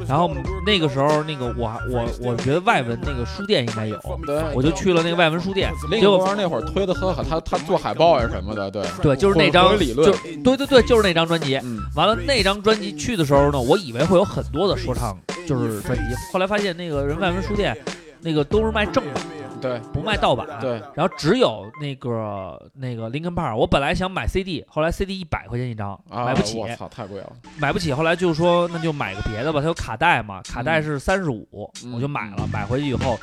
然后那个时候，那个我我我觉得外文那个书店应该有，
对，
我就去了那个外文书店，
林
结
国
果
光那会儿推的很狠，他他做海报呀什么的，对
对，就是那张
混合理论
就对对对，就是那张专辑。
嗯，
完了那张专辑去的时候呢，我以为会有很多的说唱，就是专辑，后来发现那个人外文书店，那个都是卖正版，
对
不卖盗版。
对，
然后只有那个那个林肯帕尔，我本来想买 CD，后来 CD 一百块钱一张，
啊，
买不起。
我操，太贵了。
买不起，后来就说那就买个别的吧，它有卡带嘛，卡带是三十五，
嗯
我就买了，买回去以后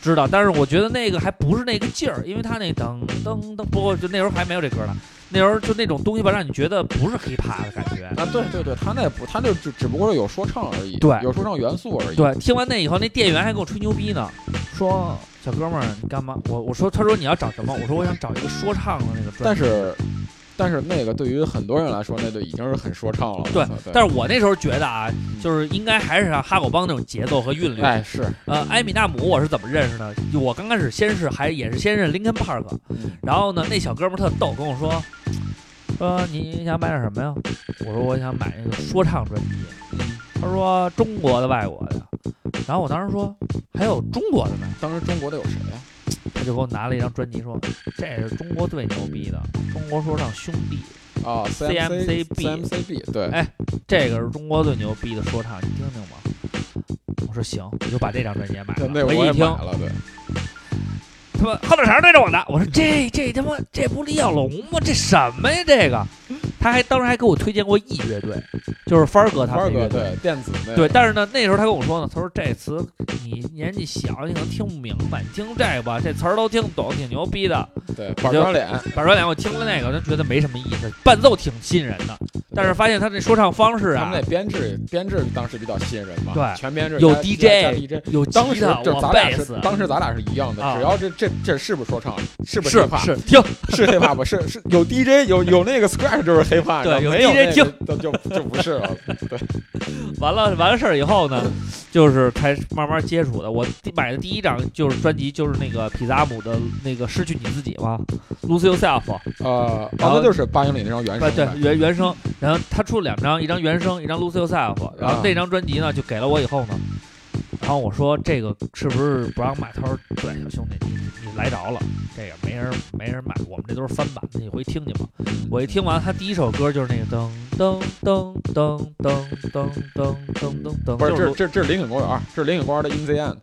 知道，但是我觉得那个还不是那个劲儿，因为它那噔噔噔，不过就那时候还没有这歌呢，那时候就那种东西吧，让你觉得不是 hiphop 的感觉。
啊，对对对，他那不，他就只只不过是有说唱而已，
对
有说唱元素而已。
对，听完那以后，那店员还跟我吹牛逼呢，说小哥们儿你干嘛？我我说他说你要找什么？我说我想找一个说唱的那个专
但
辑。
是但是那个对于很多人来说，那就已经是很说唱了。
对
我操，
但是我那时候觉得啊，就是应该还是像哈狗帮那种节奏和韵律，
嗯哎是，
呃，埃米纳姆我是怎么认识的？我刚开始先是还也是先认林肯帕克，
嗯
然后呢，那小哥们儿特逗，跟我说，说你想买点什么呀？我说我想买那个说唱专辑。他说中国的、外国的。然后我当时说还有中国的呢，
当时中国的有谁啊呀？
他就给我拿了一张专辑说，这是中国最牛逼的中国说唱兄弟，
啊
CMCB
CMCB 对
哎这个是中国最牛逼的说唱，你听听吧。我说行，我就把这张专辑也买
对
了。
那我
一
也买
听，
了，对，
他妈后脑勺对着我呢，我说这这他妈这不李小龙吗？这什么呀？这个，他还当时还给我推荐过 E 乐队，就是帆儿哥他们
花儿
那乐
哥
队。
对电子那
对，
个
但是呢，那时候他跟我说呢，他说这词你年纪小，你可能听不明白，你听这个吧，这词儿都听不懂，挺牛逼的。
对板砖脸，
板砖脸，我听了那个，我真觉得没什么意思，伴奏挺吸引人的，但是发现他那说唱方式
他
啊
们那，编制编制当时比较吸引人嘛，
对
全编制
有
加加
DJ，
DJ。
有
当
吉
时
他，
就是
我
咱俩
贝
是
斯，，
当时咱俩是一样的，
啊
只要这这这是不是说唱，是不
是
hiphop，
是听
是 hiphop，是是有 DJ 有有那个 scratch 就是 hiphop，
对有
没有
DJ
那个就就就不是了，对，
完了完了事儿以后呢，就是开始慢慢接触的。我第买的第一张就是专辑，就是那个皮萨姆的那个《失去你自己》嘛，《Lose Yourself》
呃，
然后
啊，那就是八英里那张原
不
声
对
呗，
原原声。然后他出了两张，一张原声，一张《Lose Yourself》。然后那张专辑呢，就给了我以后呢，然后我说这个是不是不让买？他说对，兄弟，你来着了，这个没人没人买，我们这都是翻版的，你回去听去吧。我一听完，他第一首歌就是那个噔噔噔噔噔噔噔噔噔噔，
不是，
就
这这这是林肯公园，这是林肯公园的 In the End，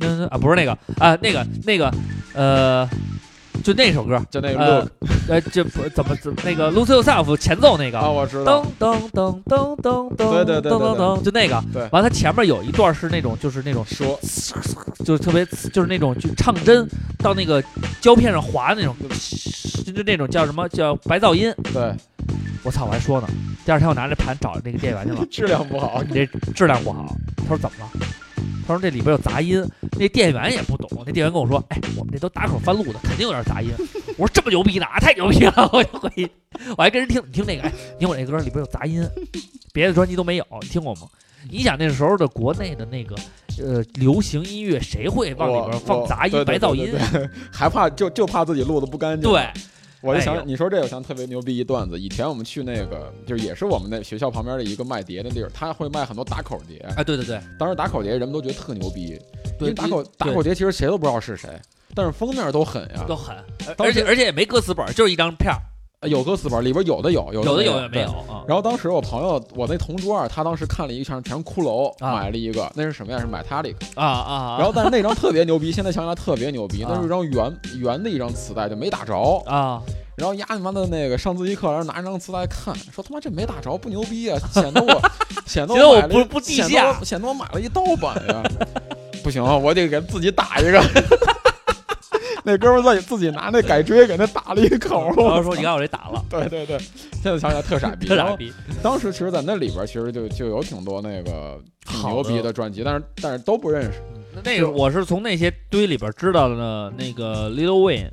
嗯啊，不是那个啊，那个那个呃，就那首歌，
就那个
呃
Look
呃，就不怎么怎么那个 Lose Yourself 前奏那个
啊，，我知道
噔，噔噔噔噔噔
对对对对
噔噔噔，就那个。
对
完了，它前面有一段是那种，就是那种，
说
就是特别，就是那种就唱针到那个胶片上滑那种，就就那种叫什么叫白噪音。
对，，
我操！我还说呢，第二天我拿着盘找那个店员去了
质量不好，
你这质量不好。他说怎么了？他说这里边有杂音，那店员也不懂。那店员跟我说：“哎，我们这都打口翻录的，肯定有点杂音。”我说：“这么牛逼呢？啊，太牛逼了！”我就回去，我还跟人听，你听这个，哎，你听我这歌里边有杂音，别的专辑都没有，你听过吗？你想那时候的国内的那个呃流行音乐，谁会往里边放杂音、白噪音？
啊，对对对还怕就就怕自己录的不干净。
对，
我
哎呦
就想你说这，我想特别牛逼一段子。以前我们去那个，就是也是我们那学校旁边的一个卖碟的地儿，他会卖很多打口碟。
哎，对对对，
当时打口碟人们都觉得特牛逼，因
对
为打口
对
打口碟其实谁都不知道是谁，但是封面都狠呀
都，狠，
当
而
时
且而且也没歌词本，就是一张片儿，
有歌词本，里边有的有，有
有
的
的有
有
的没有。
对
啊。
然后当时我朋友，我那同桌啊，他当时看了一全全是骷髅，
啊
买了一个，那是什么呀？是 Metallic。
啊啊！
然后但是那张特别牛逼， 现在想起来特别牛逼，
啊
那是一张圆圆的一张磁带，就没打着。
啊，
然后丫你妈的那个上自习课，然后拿一张磁带看，说他妈这没打着不牛 逼啊，显得我显得
显得我
买了一
不不地
显得
下
我显得我买了一盗版呀， 不行啊，我得给自己打一个。 那哥们儿自己自己拿那改锥给那打了一口，
然后说你看我这打了，
对对对，现在想起来特傻逼。
啊 特
然
傻
后
逼。
当时其实，在那里边其实就就有挺多那个挺
好
牛逼
的
的专辑，但是但是都不认识。
那个我是从那些堆里边知道的，那个 Little Wayne，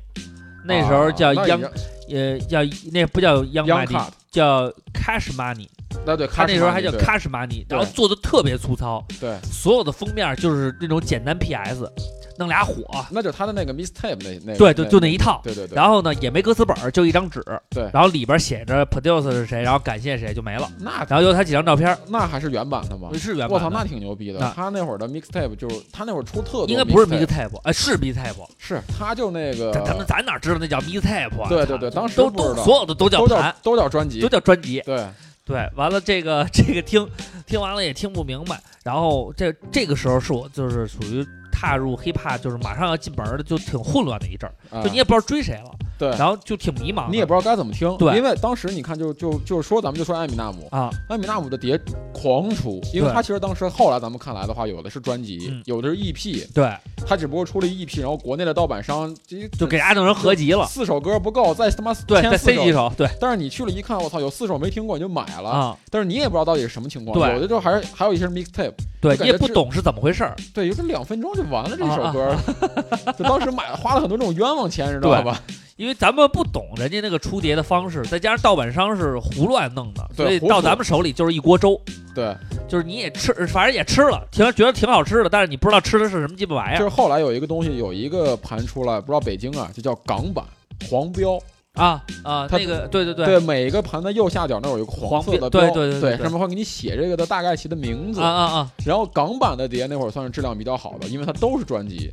那时候
啊
叫
那已
Young，、
经
呃，叫那不叫 Young
Young
Money，
Cut，
叫 Cash Money。
那对，
他那时候还叫
Cashmere，对
Cash Money，然后做的特别粗糙，
对，
所有的封面就是那种简单 PS，弄俩火，
那就他的那个 Mistape 那那个
对，就就那一套。
对对对，
然后呢，也没歌词本儿，就一张纸，
对
然后里边写着 produce 是谁，然后感谢谁就没了，
那
然后有他几张照片儿，
那还是原版的吗？
是原版的。
我操，那挺牛逼的
那。
他那会儿的 mixtape 就是他那会儿出特多，
应该不是
mixtape，
mixtape，哎，是 mixtape，
是他就那个
咱咱们咱哪知道那叫 mixtape 啊？
对
操
对对，当时
都
不知
都
道
所有的都叫
都
盘
叫，都叫专辑
都，叫专辑。
对，啊
对，完了这个这个听听完了也听不明白，然后这这个时候是我就是属于踏入 hiphop 就是马上要进门儿的，就挺混乱的一阵儿，
啊
就你也不知道追谁了，
对，
然后就挺迷茫的，
你也不知道该怎么听，
对
因为当时你看就就就说咱们就说艾米纳姆，
啊，
艾米纳姆的碟狂出，因为
对
他其实当时后来咱们看来的话，有的是专辑
嗯，
有的是 EP，
对，
他只不过出了 EP，然后国内的盗版商就
就给大家弄成合集了，
四首歌不够，再他妈
对，
添
再
四
塞几首，对
但是你去了一看，我操，有四首没听过你就买了，
啊，
但是你也不知道到底是什么情况，
对
有的就还是还有一些是 mixtape，
对
就感觉
你也不
这
懂是怎么回事儿，
对，有这两分钟就完了这
啊
首歌， 就当时买了花了很多这种冤枉钱，知道吧？
因为咱们不懂人家那个出碟的方式，再加上盗版商是胡乱弄的，
对
所以
胡
到
扯
咱们手里就是一锅粥，
对，
就是你也吃，反正也吃了，挺觉得挺好吃的，但是你不知道吃的是什么鸡巴玩意
就
儿
是后来有一个东西，有一个盘出来，不知道北京啊，就叫港版黄标，
啊啊，
它
那个对对对
对，每一个盘的右下角那有一个黄色的
黄标对对对
对
对对
上面会给你写这个的大概其的名字
啊，啊啊，
然后港版的碟那会儿算是质量比较好的，因为它都是专辑，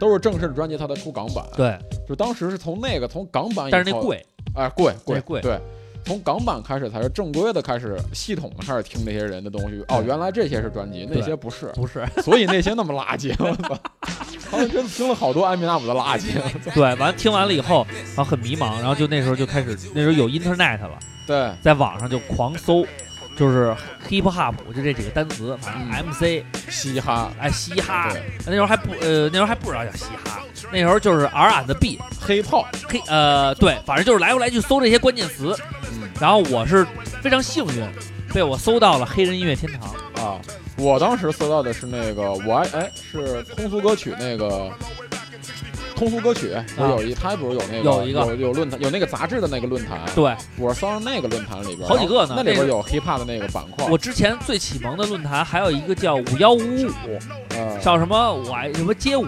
都是正式的专辑，它才出港版，
对，
就当时是从那个从港版以后，
但是那贵，
哎，贵
对
贵
贵
对，从港版开始才是正规的开始，系统的开始听那些人的东西。哦，
对
原来这些是专辑，那
对
些不是，
不是
所以那些那么垃圾。我操，他们真的听了好多艾米纳姆的垃圾。
对，完听完了以后，然后很迷茫，然后就那时候就开始，那时候有 internet 了，
对，
在网上就狂搜，就是 hip hop 就这几个单词，反正 MC
嘻哈、
哎嘻哈
对，
那时候还不呃那时候还不知道叫嘻哈，那时候就是 R and B
黑炮，
黑呃对，反正就是来回来去搜这些关键词，
嗯
然后我是非常幸运，被我搜到了黑人音乐天堂
啊，我当时搜到的是那个我爱哎是通俗歌曲那个。通俗歌曲，我有一，他不是有那个
啊有一个
有有论坛，有那个杂志的那个论坛，
对
我是搜到那个论坛里边，
好几个呢
那里
那
边
个
哦有 hiphop 的那个板块，
我之前最启蒙的论坛还有一个叫五幺五五，
呃
叫什么我爱什么街舞，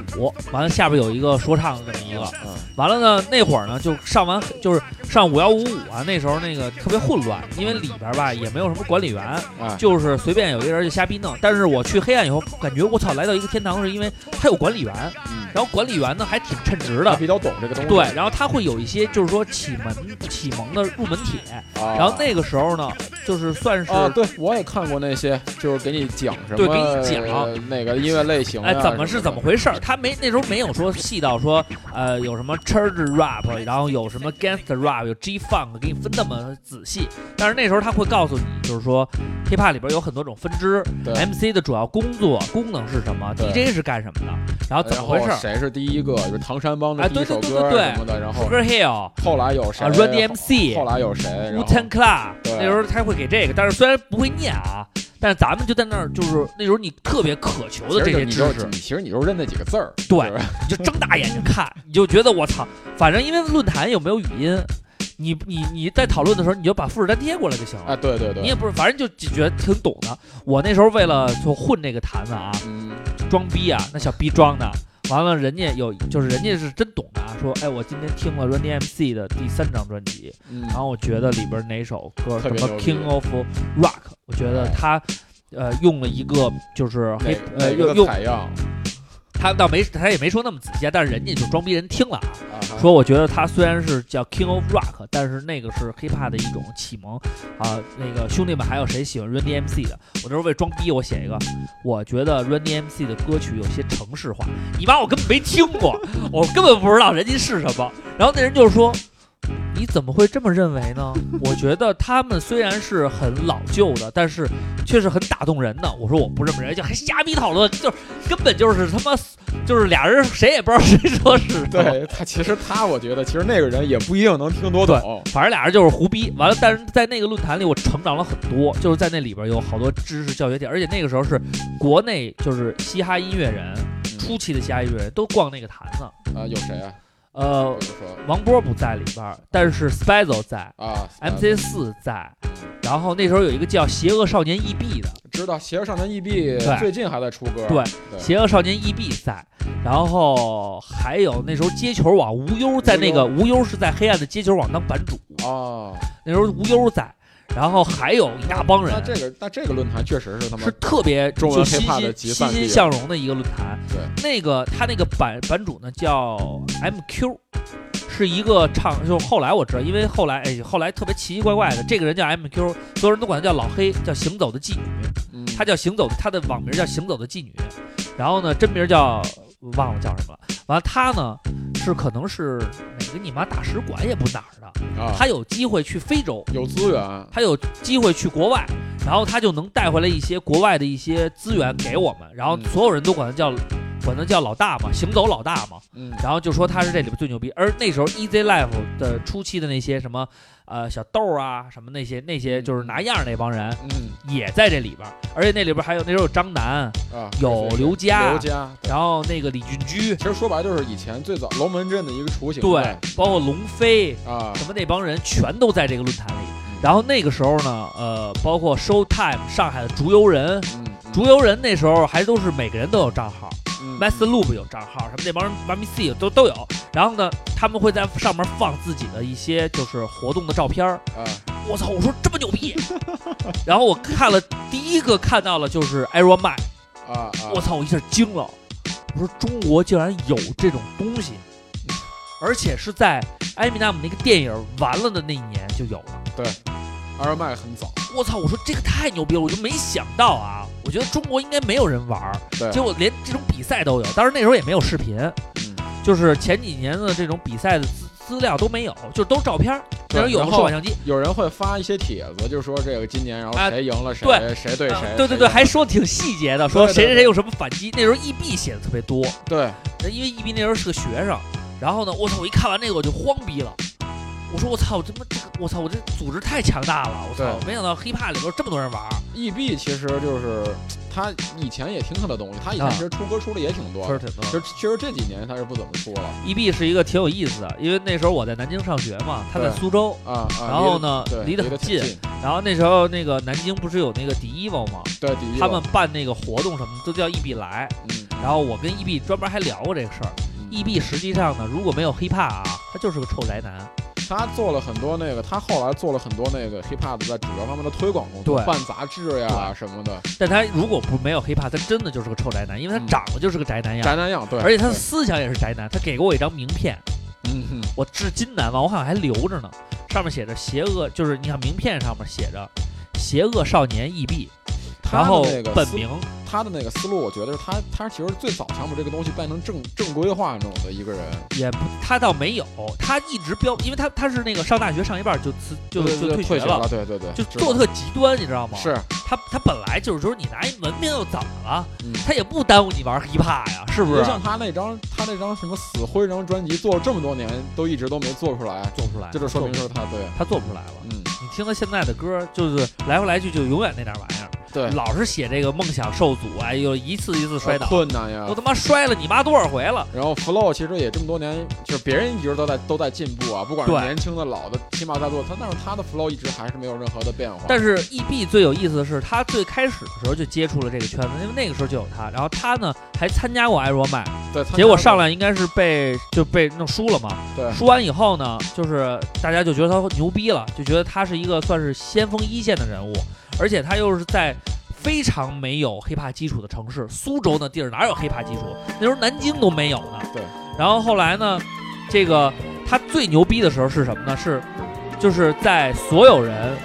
完了下边有一个说唱这么一个，
嗯
完了呢那会儿呢就上完就是上五幺五五啊，那时候那个特别混乱，因为里边吧也没有什么管理员，
哎
就是随便有一个人就瞎逼弄。但是我去黑暗以后，感觉我操来到一个天堂，是因为他有管理员，
嗯
然后管理员呢还挺称职
他
的
比。较懂这个东西。
对，然后他会有一些就是说启蒙启蒙的入门帖，
啊，
然后那个时候呢，就是算是
啊，对我也看过那些，就是给你讲什么，
对给你讲
呃哪个音乐类型啊，
哎，怎么是
什
怎么回事儿？他没那时候没有说细到说，呃，有什么 church rap，然后有什么 gangster rap，有 G funk，给你分那么仔细。但是那时候他会告诉你，就是说 hip hop 里边有很多种分支
对
，MC 的主要工作功能是什么
对
，DJ 是干什么的，然后怎
然
么
后
回事儿
谁是第一个？就是唐山帮的
哎
第一首
对对对
歌
对对
什么的，然后
？Sugar Hill、
后来有谁
啊，Run DMC
后来有谁？然
Wu
后
Tang Clan，
对
那时候他会给这个，但是虽然不会念啊，但是咱们就在那儿，就是那时候你特别渴求的这
其实
些
你
知
就
识
你，其实你就认那几个字儿，
对
就是
你就睁大眼睛看，你就觉得我操，反正因为论坛有没有语音，你你你在讨论的时候，你就把复制粘贴过来就行了。
啊，对对
你
对
也，不是，反正就觉得挺懂的。我那时候为了就混这个坛子啊，
嗯，
装逼啊，那小逼装的。完了，人家有就是人家是真懂的啊，说哎，我今天听了 Run DMC 的第三张专辑，
嗯
然后我觉得里边哪首歌
特
什
别
么
牛逼
King of Rock，我觉得他呃用了一个就是
哪
黑
哪
呃
个
用用
采样啊
他倒没他也没说那么仔细啊，但是人家就装逼人听了啊。
啊？
说我觉得他虽然是叫 King of Rock，但是那个是 hiphop 的一种启蒙啊。那个兄弟们还有谁喜欢 Run DMC 的？我那时候为装逼，我写一个，我觉得 Run DMC 的歌曲有些城市化。你妈，我根本没听过，我根本不知道人家是什么。然后那人就说。你怎么会这么认为呢？我觉得他们虽然是很老旧的，但是却是很打动人的。我说我不这么认为，就还瞎逼讨论，就是根本就是他妈就是俩人谁也不知道谁说是什么。
对他，其实他，我觉得其实那个人也不一定能听多懂。
反正俩人就是胡逼。完了，但是在那个论坛里，我成长了很多，就是在那里边有好多知识教学点，而且那个时候是国内就是嘻哈音乐
嗯
人初期的嘻哈音乐人都逛那个坛子。
啊，有谁啊？比
呃
如，说
王波不在里边儿，但是 Spazzo 在
啊
，MC 四在，然后那时候有一个叫邪恶少年 EB 的，
知道《邪恶少年 EB
对》
最近还在出歌，
对
对
邪恶少年 EB 在，然后还有那时候接球网无忧在那个无忧是在黑暗的接球网当版主，
哦，
那时候无忧在，然后还有一大帮人
啊那。这个那这个论坛确实是他妈
是特别
中文
就欣
hiphop 的
欣
集
欣
散地啊
欣向荣的一个论坛。
对，
那个他那个版版主呢叫 MQ，是一个唱，就后来我知道，因为后来哎，后来特别奇奇怪怪的，这个人叫 MQ，所有人都管他叫老黑，叫行走的妓女，
嗯
他叫行走，他的网名叫行走的妓女，然后呢真名叫忘了叫什么了。完了他呢是可能是哪个你妈大使馆也不哪儿的，
啊
他有机会去非洲，
有资源，
他有机会去国外，然后他就能带回来一些国外的一些资源给我们，然后
嗯
所有人都管他叫，管他叫老大嘛，行走老大嘛，
嗯
然后就说他是这里边最牛逼。而那时候 Easy Life 的初期的那些什么，呃，小豆啊，什么那些那些就是拿样儿那帮人
嗯
也在这里边儿，而且那里边还有那时候有张楠，
啊，
有
是是
刘佳
刘佳，对
然后那个李俊驹，
其实说白就是以前最早龙门阵的一个雏形，
对，包括龙飞，
啊，
什么那帮人全都在这个论坛里。然后那个时候呢，呃，包括 Showtime 上海的竹游人，
嗯
竹游人那时候还都是每个人都有账号
嗯
m a s t e Loop 有账号，什么那帮人 m a m i C 都都有。然后呢，他们会在上面放自己的一些就是活动的照片儿。
啊，
我操，我说这么牛 逼！然后我看了第一个看到了就是 a r o m a
啊啊！
我操，我一下惊了，我说中国竟然有这种东西，而且是在艾米纳姆那个电影完了的那一年就有了。
二麦很早，
我操！我说这个太牛逼了，我就没想到啊！我觉得中国应该没有人玩儿，
对
结果连这种比赛都有。当时那时候也没有视频，
嗯
就是前几年的这种比赛的资资料都没有，就都是照片儿。那
对
时候有
然
个
后
数码相机，
有人会发一些帖子，就说这个今年然后
啊
谁赢了谁，
对
谁对
啊
谁，
对对
谁赢
对，还说挺细节的，说
对对
谁谁
对
谁有什么反击。那时候 EB 写的特别多，
对，
因为 EB 那时候是个学生。然后呢，我操！我一看完那个我就慌逼了，我说我操，我他妈这个我操，我这组织太强大了，我操！没想到 hiphop 里边有这么多人玩儿，
EB 其实就是他以前也听他的东西，他以
啊
前其实出歌出的也挺多的，
挺多
其实其实这几年他是不怎么出了
EB 是一个挺有意思的，因为那时候我在南京上学嘛，他在
对
苏州，
啊啊。
然后呢
对
离
离
得
得
很
挺
近，然后那时候那个南京不是有那个 d e v o 嘛，
对，第一
他们办那个活动什么都叫 EB 来，
嗯
然后我跟 EB 专门还聊过这个事儿。EB 实际上呢，如果没有 hiphop 啊，他就是个臭宅男。
他做了很多那个，他后来做了很多那个 hiphop 在主流方面的推广工作，
对
办杂志呀什么的，
但他如果不没有 hiphop，他真的就是个臭宅男，因为他
嗯
长得就是个宅男样，
宅男样对，
而且他的
对
思想也是宅男。他给过我一张名片，
嗯哼
我至今难忘，我好像还留着呢。上面写着“邪恶”，就是你看名片上面写着“邪恶少年 EB”，
他
然
的
后
那个
本
思
名
他的那个思路，我觉得是他他其实最早想把这个东西变成正正规化那种的一个人，
也不，他倒没有，他一直标，因为他他是那个上大学上一半就辞就
对
就
对对
学
学
了，
对对对，
就
知
做
道
特极端，你知道吗？
是
他他本来就是说你拿一文凭又怎么了？
嗯
他也不耽误你玩 hiphop 呀，是不？
就是像他那张他那张什么死灰那张专辑做了这么多年都一直都没做出来，
做不出来，
这就说明
做
是
不
他对，
他做不出来了。
嗯
你听他现在的歌，就是来回来去就永远那点玩意儿，
对，
老是写这个梦想受阻，哎呦，一次一次摔倒，
呃困啊难呀
都。他妈摔了你妈多少回了？
然后 flow 其实也这么多年，就是别人一直都在都在进步啊，不管是
对
年轻的老的，起码在做他，但是他的 flow 一直还是没有任何的变化。
但是 EB 最有意思的是，他最开始的时候就接触了这个圈子，因为那个时候就有他，然后他呢还参加过 I r o m a
对，参加
结果上
过
来应该是被就被弄输了嘛。
对
输完以后呢，就是大家就觉得他牛逼了，就觉得他是一个算是先锋一线的人物，而且他又是在非常没有 hiphop 基础的城市，苏州那地儿哪有 hiphop 基础？那时候南京都没有呢。
对。
然后后来呢，这个他最牛逼的时候是什么呢？是就是在所有人。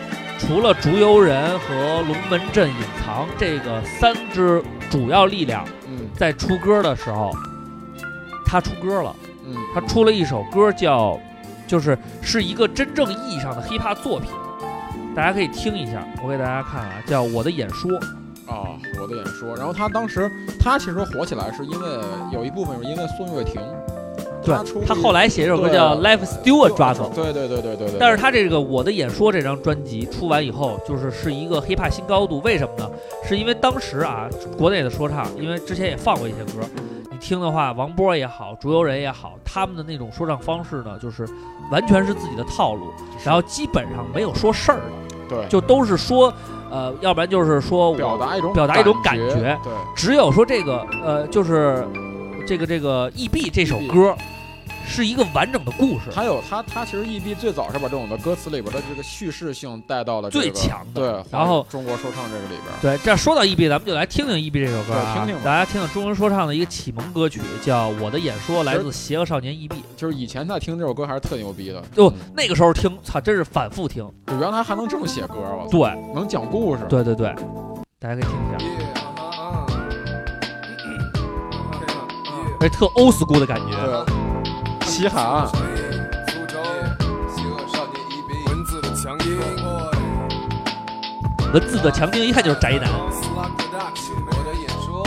除了竹游人和龙门阵隐藏这个三支主要力量
嗯
在出歌的时候，他出歌了，
嗯，
他出了一首歌叫，就是是一个真正意义上的 hiphop 作品，大家可以听一下，我给大家看啊，叫《我的演说》，
啊、我的演说。然后他当时他其实火起来是因为有一部分是因为宋岳庭，
对
他出
他后来写一首歌叫《
对
Life Stewart》抓走。
对对对对对对。
但是他这个《我的演说》这张专辑出完以后，就是是一个 hiphop 新高度。为什么呢？是因为当时啊，国内的说唱，因为之前也放过一些歌，你听的话，王波也好，竹游人也好，他们的那种说唱方式呢，就是完全是自己的套路，然后基本上没有说事儿的，
对
就都是说，呃，要不然就是说我
表达一种
表达一种
感
感觉
对，
只有说这个呃，就是这个这个 E.B 这首歌是一个完整的故事，
他有他他其实 EB 最早是把这种的歌词里边的这个叙事性带到了、这个、
最强的
对，
然后
中国说唱这个里边。
对，这说到 EB，咱们就来听听 EB 这首歌、啊，
对听听吧
大家听听中文说唱的一个启蒙歌曲，叫《我的演说》，来自邪恶少年 EB。
就是以前在听这首歌还是特牛逼的，
就、
嗯
那个时候听，操，真是反复听。
就原来还能这么写歌，啊我操，
对，
能讲故事。
对对对，大家可以听啊一下，而且特 old school 的感觉。
对，
西海岸，
苏州，邪恶少年 EB，文字的强音，
文字的强劲，一看就是宅男。
我的演说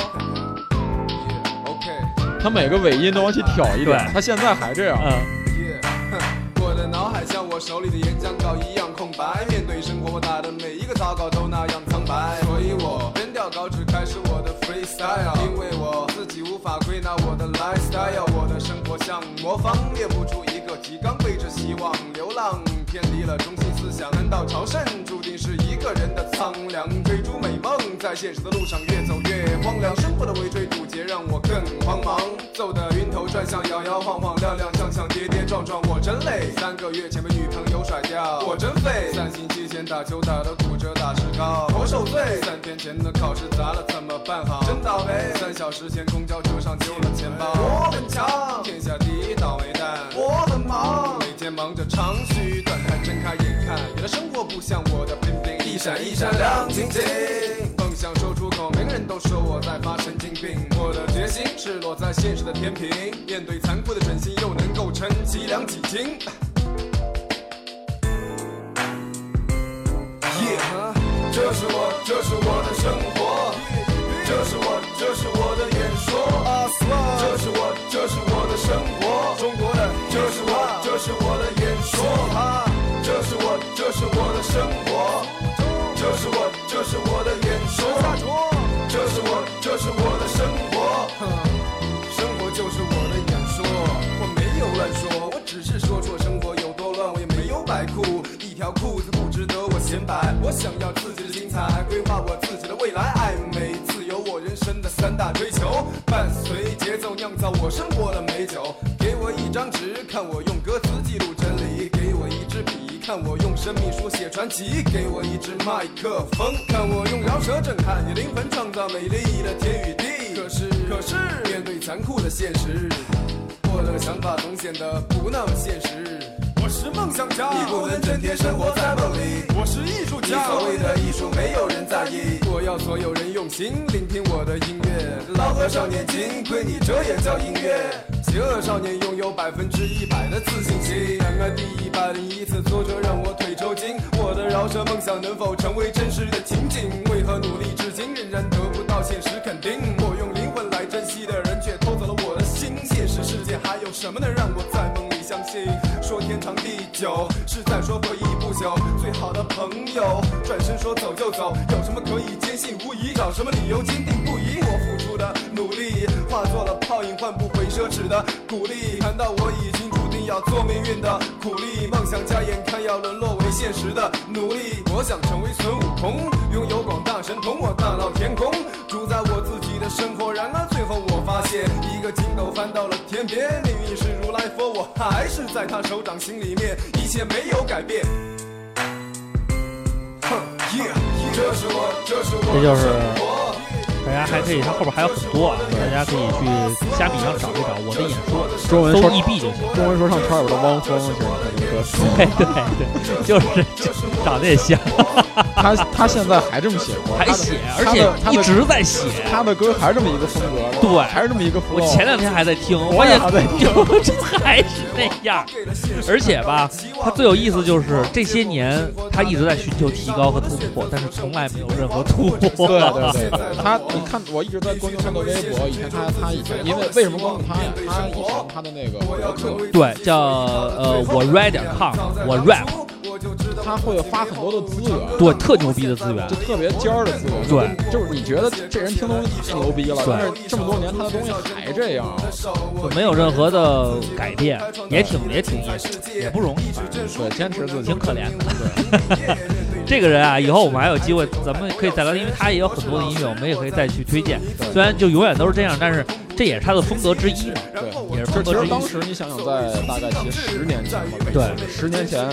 ，OK。
他每个尾音都往起挑一点
对，
他现在还这样。
嗯，
Yeah，哼我的脑海像我手里的演讲稿一样空白，面对生活我打的每一个草稿都那样苍白，所以我扔掉稿纸开始我的 freestyle，因为我自己无法归纳我的 lifestyle，我的生活像魔方，列不出一个提纲，背着希望流浪，偏离了中心思想，难道朝圣注定是一个人的苍凉？追逐美梦，在现实的路上越走越荒凉，生活的围追堵截让我更慌忙，走的晕头转向，摇摇晃晃，踉踉跄跄，跌跌撞撞，我真累。三个月前被女朋友甩掉，我真废。散心期间打球打得骨折，打石膏，我受罪。三天前的考试砸了，怎么办好？真倒霉。三小时前公交车上丢了钱包，我很强，天下第一倒霉蛋，我很忙，每天忙着长吁短叹，睁开眼看，原来生活不像我的 bling bling，一闪一闪亮晶晶。梦想说出口，名人都说我在发神经病。我的决心是落在现实的天平，面对残酷的准心，又能够撑起两几斤。这是我，这是我的生活，这是我，这是我的演说，这是我，这是我的生活，中国的，啊这是我，这是我的演说，这是我，这是我的生活，这是我，这是我的演说，嗯这是我，这是我的生活。生活就是我的演说，我没有乱说，我只是说说生活有多乱，我也没有摆酷，一条裤子不值得我显摆，我想要自己的精彩，规划我自己的未来，爱美自由，我人生的三大追求，伴随节奏酿造我生活的美酒。给我一张纸，看我用歌词记录真理；给我一支笔，看我用生命书写传奇；给我一支麦克风，看我用饶舌震撼你灵魂，创造美丽的天与地。可是，可是，面对残酷的现实，我的想法总显得不那么现实。我是梦想家，你不能整天生活在梦里。我是艺术家，所谓的艺术没有人在意。我要所有人用心聆听我的音乐。老和少年金，归你这也叫音乐。邪恶少年拥有百分之一百的自信心。然而第一百零一次挫折让我腿抽筋。我的饶舌梦想能否成为真实的情景？为何努力至今仍然得不到现实肯定？我用灵魂来珍惜的人，却偷走了我的心。现实世界还有什么能让我在梦里相信？说天长地久，是在说不易不朽。最好的朋友，转身说走就走，有什么可以坚信无疑？找什么理由坚定不移？我付出的努力，化作了泡影，换不回奢侈的鼓励。难道我已经注定要做命运的苦力？梦想家眼看要沦落为现实的奴隶。我想成为孙悟空，拥有广大神通，我大闹天宫，主宰我自己的生活。然而最后我发现，一个筋斗翻到了天边，命运是如来佛，我还是在他手掌心里面，一切没有改变。哼，yeah，这是我，这是我
这
的
就是
生活。
大家还可以，它后边还有很多啊，大家可以去虾米上找一找我的演说，
中文
搜
说
EB 就行。
中文说唱圈有的汪 峰，其实他这个歌词，
对对对，就是长得也像，
他他现在还这么写歌，
还
他的
写，而
他的他
且一
的
直在写。
他的歌还是这么一个风格，
对
还是这么一个风
我
格。
前两天还在听，我
我
发
也
现
还在 听
这还是那样。而且吧，他最有意思就是这些年他一直在寻求提高和突破，但是从来没有任何突破。
对对对对，他你看，我一直在关注他的微博。以前他他以前，因为为什么关注他呀？他以前他的那个博客，
对叫呃我 rap 点 com，我 rap，
他会发很多的资源，
对，特牛逼的资源
就。特别尖儿的资源。
对，
就是你觉得这人听东西太牛逼了，
对
但是这么多年他的东西还这样。
就没有任何的改变，也挺也挺也也不容易，
对，坚持自己，
挺可怜的。这个人啊，以后我们还有机会，咱们可以再聊，因为他也有很多的音乐，我们也可以再去推荐。虽然就永远都是这样，但是这也是他的风格之一嘛，
对，
也是
就
风格之
其实
一
当。时你想想，在大概其实十年前吧，
对
十年前，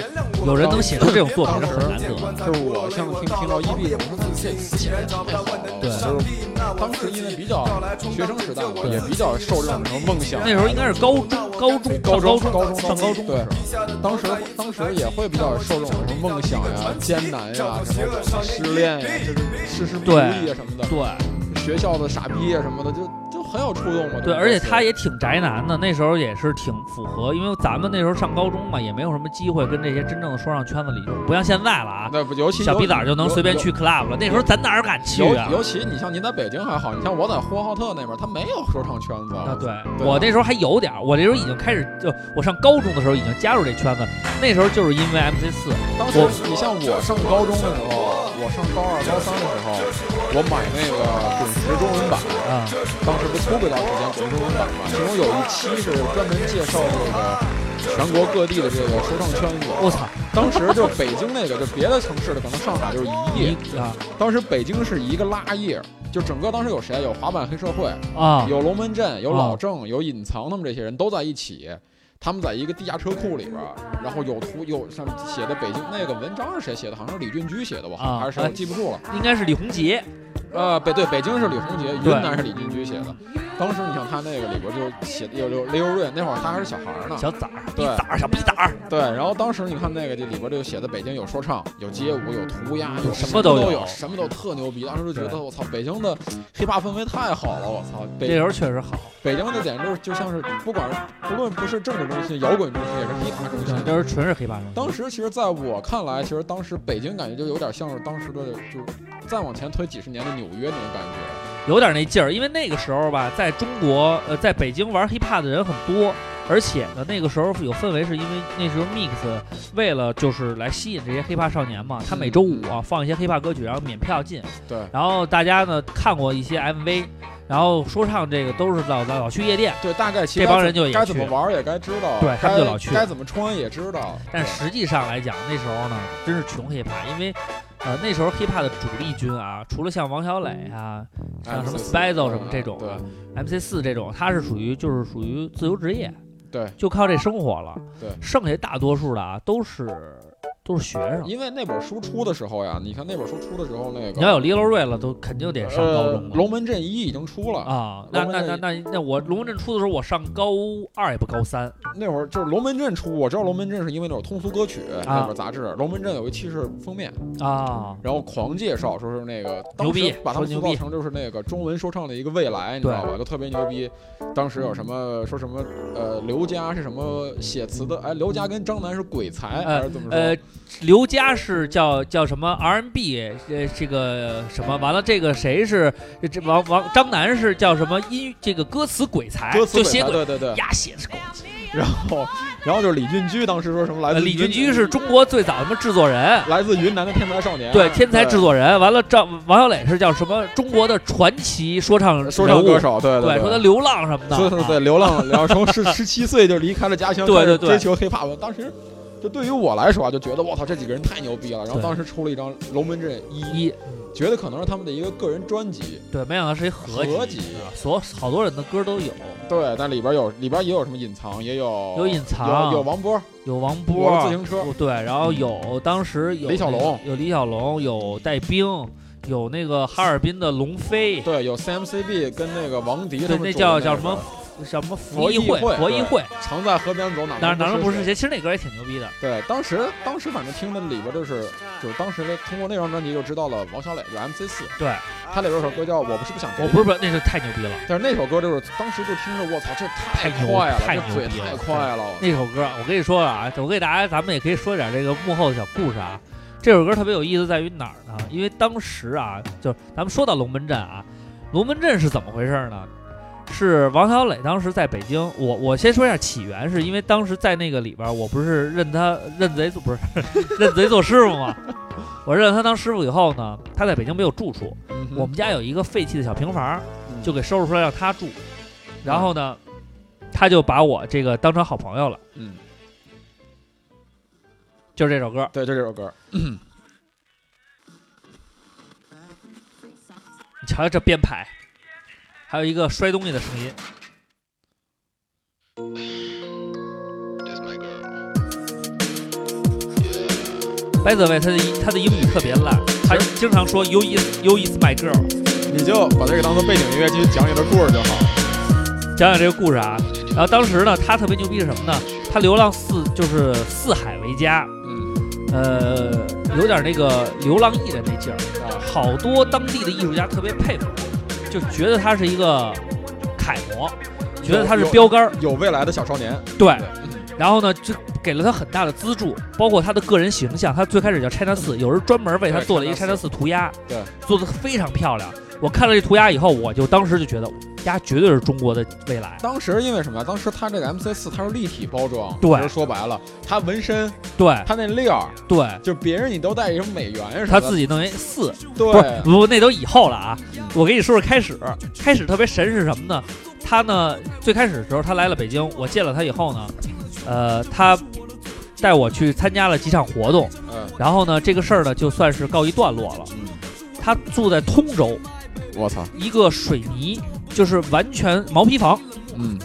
有人能写出这种作品
当
是
时
很难得的。
就是我像听听到 E EB，我说这写的太好了，
对
就是当时因为比较学生时代嘛，也比较受这种什么梦想。
那时候应该是高中，高中，
高
中，
中、
高
高中、
上高中的
对
时候。，
当时当时也会比较受这种什么梦想呀、艰难呀、什么失恋呀、就是事事不如意啊什么的，
对
学校的傻逼啊什么的，就就很有触动嘛。
对，而且他也挺宅男的，那时候也是挺符合，因为咱们那时候上高中嘛，也没有什么机会跟这些真正的说唱圈子里，不像现在了啊，
那不尤其
小逼崽儿就能随便去 club 了。那时候咱哪儿敢去
尤
啊？
尤其你像您在北京还好，你像我在呼和浩特那边，他没有说唱圈子。
啊，对
对
我那时候还有点儿，我那时候已经开始，就我上高中的时候已经加入这圈子，那时候就是因为 MC 四，
当时你像我上高中的时候，我上高二、高三的时候，我买那个滚石中文版，
啊
当时不出过一段时间滚石中文版嘛，其中有一期是专门介绍这个全国各地的这个说唱圈子。
我操，
当时就北京那个，就别的城市的可能上海就是一
你
夜，
啊
当时北京是一个拉夜，就整个当时有谁啊？有滑板黑社会，
啊，
有龙门阵，有
啊
老郑，有隐藏，他们这些人都在一起。他们在一个地下车库里边儿，然后有图有上面写的北京那个文章是谁写的？好像是李俊居写的吧，
啊
还是谁？
哎
我记不住了。
应该是李洪杰，
呃，北对，北京是李洪杰，
对
云南是李俊居写的。当时你像他那个里边就写有有雷欧瑞，那会儿他还是小孩儿呢。
小崽儿，逼
啊对
崽儿，小逼崽儿，
对，然后当时你看那个这里边就写的北京有说唱，有街舞，有涂鸦，有
什
什
么
么
都有
有，什么都特牛逼。当时就觉
对
得我操，北京的 hiphop 氛围太好了，我操，
这
北
时候确实好，
北京的简直就是就像是不管不论不是政治中心、摇滚中心，也是 hiphop 中
这时
心。
候纯是黑怕生。
当时其实在我看来，其实当时北京感觉就有点像是当时的，就是再往前推几十年的纽约那种感觉。
有点那劲儿，因为那个时候吧，在中国，呃，在北京玩 hiphop 的人很多，而且呢，那个时候有氛围，是因为那时候 Mix 为了就是来吸引这些 hiphop 少年嘛，他每周五啊放一些 hiphop 歌曲，然后免票进，
对
然后大家呢看过一些 MV，然后说唱这个都是老老老去夜店，
对，大概其实
这帮人就也
该怎么
去
玩儿也该知道，
对他们
该
就老去
该怎么穿也知道。
但
对
实际上来讲，那时候呢，真是穷 hiphop，因为，呃，那时候 hiphop 的主力军啊，除了像王小磊啊、
嗯
像什么
MC4
Spizo 什么这种的
嗯
MC 四这种，他是属于就是属于自由职业，
对对，
就靠这生活了。
嗯对
剩下大多数的啊，都是都是学生。
因为那本书出的时候呀，你看那本书出的时候，那个
你要有 Lil Ray 了，都肯定得上高
呃
中了。
龙门阵一已经出了，
啊，那
龙
那
门
那那那我龙门阵出的时候，我上高二也不高三，
那会儿就是龙门阵出，我知道龙门阵是因为那种通俗歌曲那本杂志，龙门阵有一期是封面，
啊，
然后狂介绍说是那个
牛逼
当时把他们
说牛
塑
逼
造成就是那个中文说唱的一个未来，你知道吧？都特别牛逼。当时有什么说什么呃，刘佳是什么写词的？哎，刘佳跟张楠是鬼才嗯还是怎么说？
呃，刘佳是叫叫什么 R&B，呃，这个什么完了，这个谁是这这王王张楠是叫什么音这个歌词鬼才，
歌词
就
鬼
写
才
鬼
对对对。
呀写的是狗屁。
然后然后就是李俊居当时说什么来
呃
自
李
云
俊基是中国最早的什么制作人，
来自云南的天才少年，
对天才制
作
作人。完了，赵王小磊是叫什么中国的传奇说唱
说唱
人物
歌，手，对
对，
对
说他流浪什么的，
对对对，
啊
流浪，然后从十十七岁就离开了家乡，
对
开始
对对
追求 hiphop。当时就对于我来说啊，就觉得我操，这几个人太牛逼了。然后
对
当时出了一张《龙门阵一》，
一
觉得可能是他们的一个个人专辑，
对，没想到是一合
合
集
集
啊，所好多人的歌都有，
对，但里边有里边也有什么隐藏，也有
有隐藏
有有王波，
有王
我
波哦
的自行车，
对，然后有当时有
李小
那个
龙
有李小龙，有戴兵，有那个哈尔滨的龙飞，
对，有 CMCB 跟那个王迪他
对，
们
那
组的
叫叫
个
什么什么福
佛
议
议
会，
会
佛议
对
会，
常在河边走，哪
当然当然不
水
是谁，其实那歌也挺牛逼的，
对，当时当时反正听的里边就是，就是当时的通过那张专辑就知道了王小磊有 MC 四，
对
他里边有首歌叫《我不是不想给
我
你》，
不是不是，那是太牛逼了，
但是那首歌就是当时就听着，我操，这太
太牛
快了，
太
这
牛
嘴
逼
太
了
快了，
那首歌我跟你说啊，我给大家咱们也可以说点这个幕后的小故事啊。这首歌特别有意思在于哪儿呢？因为当时啊，就是咱们说到龙门阵啊，龙门阵是怎么回事呢？是王小磊当时在北京，我我先说一下起源，是因为当时在那个里边儿，我不是认他认贼做不是 认贼做师傅嘛，我认他当师傅以后呢，他在北京没有住处，
嗯哼
我们家有一个废弃的小平房，
嗯啊
就给收拾出来让他住，然后呢，他就把我这个当成好朋友了，
嗯，
就是这首歌，
对，就这首歌，
你瞧瞧这编排，还有一个摔东西的声音，白泽伟他的英他的英语特别烂，他经常说 “you is you is my girl”。
你就把这个当做背景音乐继续讲你的故事就好。
讲讲这个故事啊。然后当时呢，他特别牛逼是什么呢？他流浪四就是四海为家，
嗯，
呃，有点那个流浪艺人那劲儿。
啊，
好多当地的艺术家特别佩服，就觉得他是一个楷模，觉得他是标杆儿。
有未来的小少年，
对
对，
然后呢，就给了他很大的资助，包括他的个人形象。他最开始叫 China 四，有人专门为他
对
做了一个
China
China 四涂鸦，
对，
做的非常漂亮。我看了这涂鸦以后，我就当时就觉得，丫绝对是中国的未来。
当时因为什么呀？当时他这个 MC 四它是立体包装，
对
其实说白了，他纹身，
对
他那料儿，
对，
就别人你都带一什么美元什么的，
他自己弄一四，
对
不是不，那都以后了啊。我给你说说开始，开始特别神是什么呢？他呢最开始的时候他来了北京，我见了他以后呢，呃，他带我去参加了几场活动，
嗯，
然后呢这个事儿呢就算是告一段落了。他住在通州
我操，
一个水泥，就是完全毛坯房，
嗯，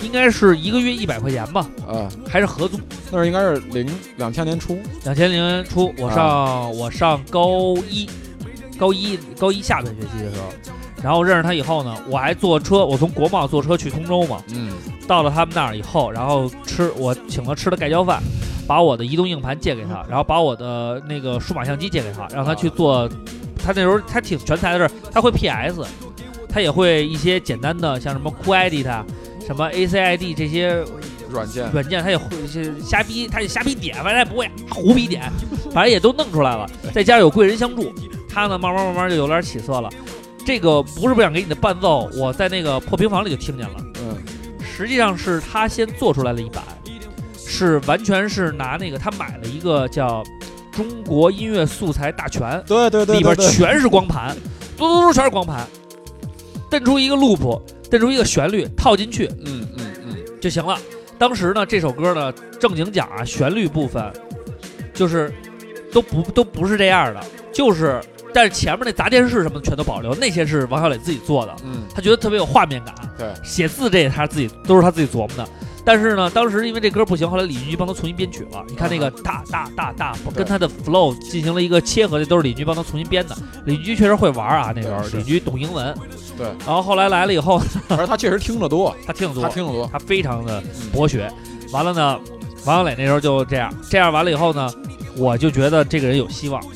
应该是一个月一百块钱吧，
啊，
还是合租？
那是应该是零两千年初，
两千零初，我上、我上高一，高一高一下半学期的时候，然后认识他以后呢，我还坐车，我从国贸坐车去通州嘛，
嗯，
到了他们那儿以后，然后吃我请他吃的盖浇饭，把我的移动硬盘借给他，然后把我的那个数码相机借给他，让他去做，他那时候他挺全才的事儿，他会 PS，他也会一些简单的像什么 QEdit 啊、什么 ACID 这些
软件，
软件，他也会是瞎逼，他也瞎逼点，反正他也不会胡逼点，反正也都弄出来了。再加上有贵人相助，他呢慢慢慢慢就有点起色了。这个不是不想给你的伴奏，我在那个破平房里就听见了。
嗯，
实际上是他先做出来了一版，是完全是拿那个他买了一个叫《中国音乐素材大全》，
对对对，
里边
对对
全是光盘，嘟嘟嘟全是光盘。蹬出一个 loop，蹬出一个旋律套进去
嗯嗯嗯，
就行了。当时呢，这首歌呢，正经讲啊，旋律部分就是都不都不是这样的，就是但是前面那砸电视什么的全都保留，那些是王小磊自己做的，
嗯，
他觉得特别有画面感。啊
对，
写字这也他自己都是他自己琢磨的。但是呢，当时因为这歌不行，后来李云迪帮他重新编曲了。你看那
嗯
个大大大大，跟他的 flow 进行了一个切合，这都是李云迪帮他重新编的。李云迪确实会玩啊，那时候
对是
李云迪懂英文。
对
然后后来来了以后，
而且他确实听得多，
他听得多
他，听得多，
他非常的博学。完了呢，王小磊那时候就这样，这样完了以后呢，我就觉得这个人有希望，我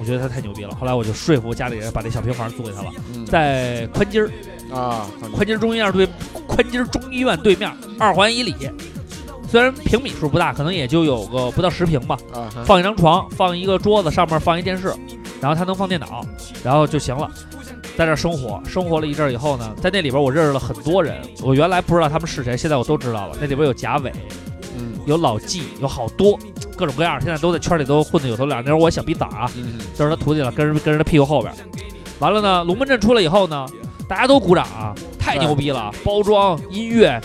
嗯
觉得他太牛逼了。后来我就说服家里人把这小平房租给他了，
嗯
在宽街儿
啊，
宽街中医院对宽街中医院对面二环以里，虽然平米数不大，可能也就有个不到十平吧，
啊，哈
放一张床，放一个桌子，上面放一电视，然后他能放电脑，然后就行了。在这儿生活，生活了一阵儿以后呢，在那里边我认识了很多人，我原来不知道他们是谁，现在我都知道了。那里边有贾伟，
嗯
有老纪，有好多各种各样，现在都在圈里都混得有头有脸。那时候我小逼崽儿啊，
嗯
就是他徒弟了，跟人跟人他屁股后边儿。完了呢，龙门阵出来以后呢，大家都鼓掌啊，太牛逼了！包装、音乐，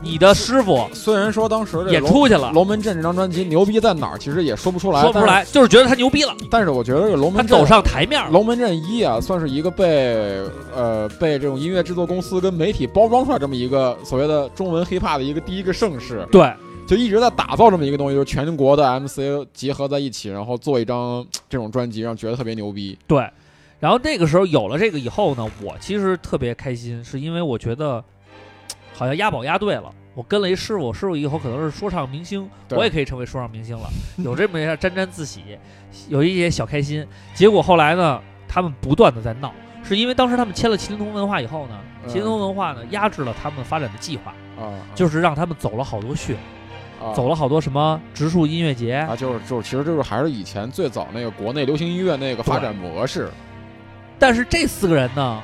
你的师傅
虽然说当时这
也
龙
出去了，
《龙门阵》这张专辑牛逼在哪儿，其实也说不出来，
说不出来，就是觉得他牛逼了，
但是。但是我觉得这个《龙
他
门阵》
走上台面
《
了。
龙门阵一》啊，算是一个被呃被这种音乐制作公司跟媒体包装出来这么一个所谓的中文 hiphop 的一个第一个盛世，
对，
就一直在打造这么一个东西，就是全国的 MC 结合在一起，然后做一张嘖这种专辑，让觉得特别牛逼。
对，然后那个时候有了这个以后呢，我其实特别开心，是因为我觉得好像押宝押对了。我跟了一师傅，我师傅以后可能是说唱明星，
对
我也可以成为说唱明星了，有这么一下沾沾自喜，有一些小开心。结果后来呢，他们不断的在闹，是因为当时他们签了麒麟童文化以后呢，
嗯
麒麟童文化呢压制了他们发展的计划，
啊，
就是让他们走了好多血，
啊
走了好多什么植树音乐节，
啊，就是就是，其实就是还是以前最早那个国内流行音乐那个发展模式。
但是这四个人呢，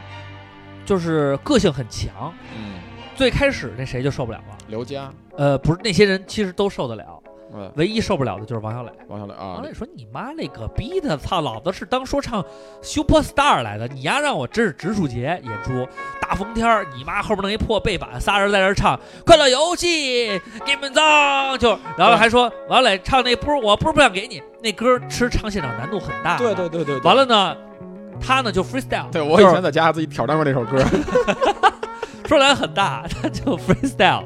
就是个性很强。
嗯，
最开始那谁就受不了了，
刘佳，
呃，不是那些人其实都受得了，
嗯，
唯一受不了的就是王小磊。
王小磊啊
王小，磊说：“你妈了个逼的，操！老子是当说唱 super star 来的，你丫让我真是植树节演出，大风天儿，你妈后边弄一破背板，仨人在这儿唱《快乐游戏》，给你们脏就，然后还说王小磊唱那不是我不是不想给你那歌，其实唱现场难度很大。
对对对对，对
完了，呢，他呢就 freestyle，
对我以
就是
前在家自己挑战过这首歌。
说来很大，他就 freestyle，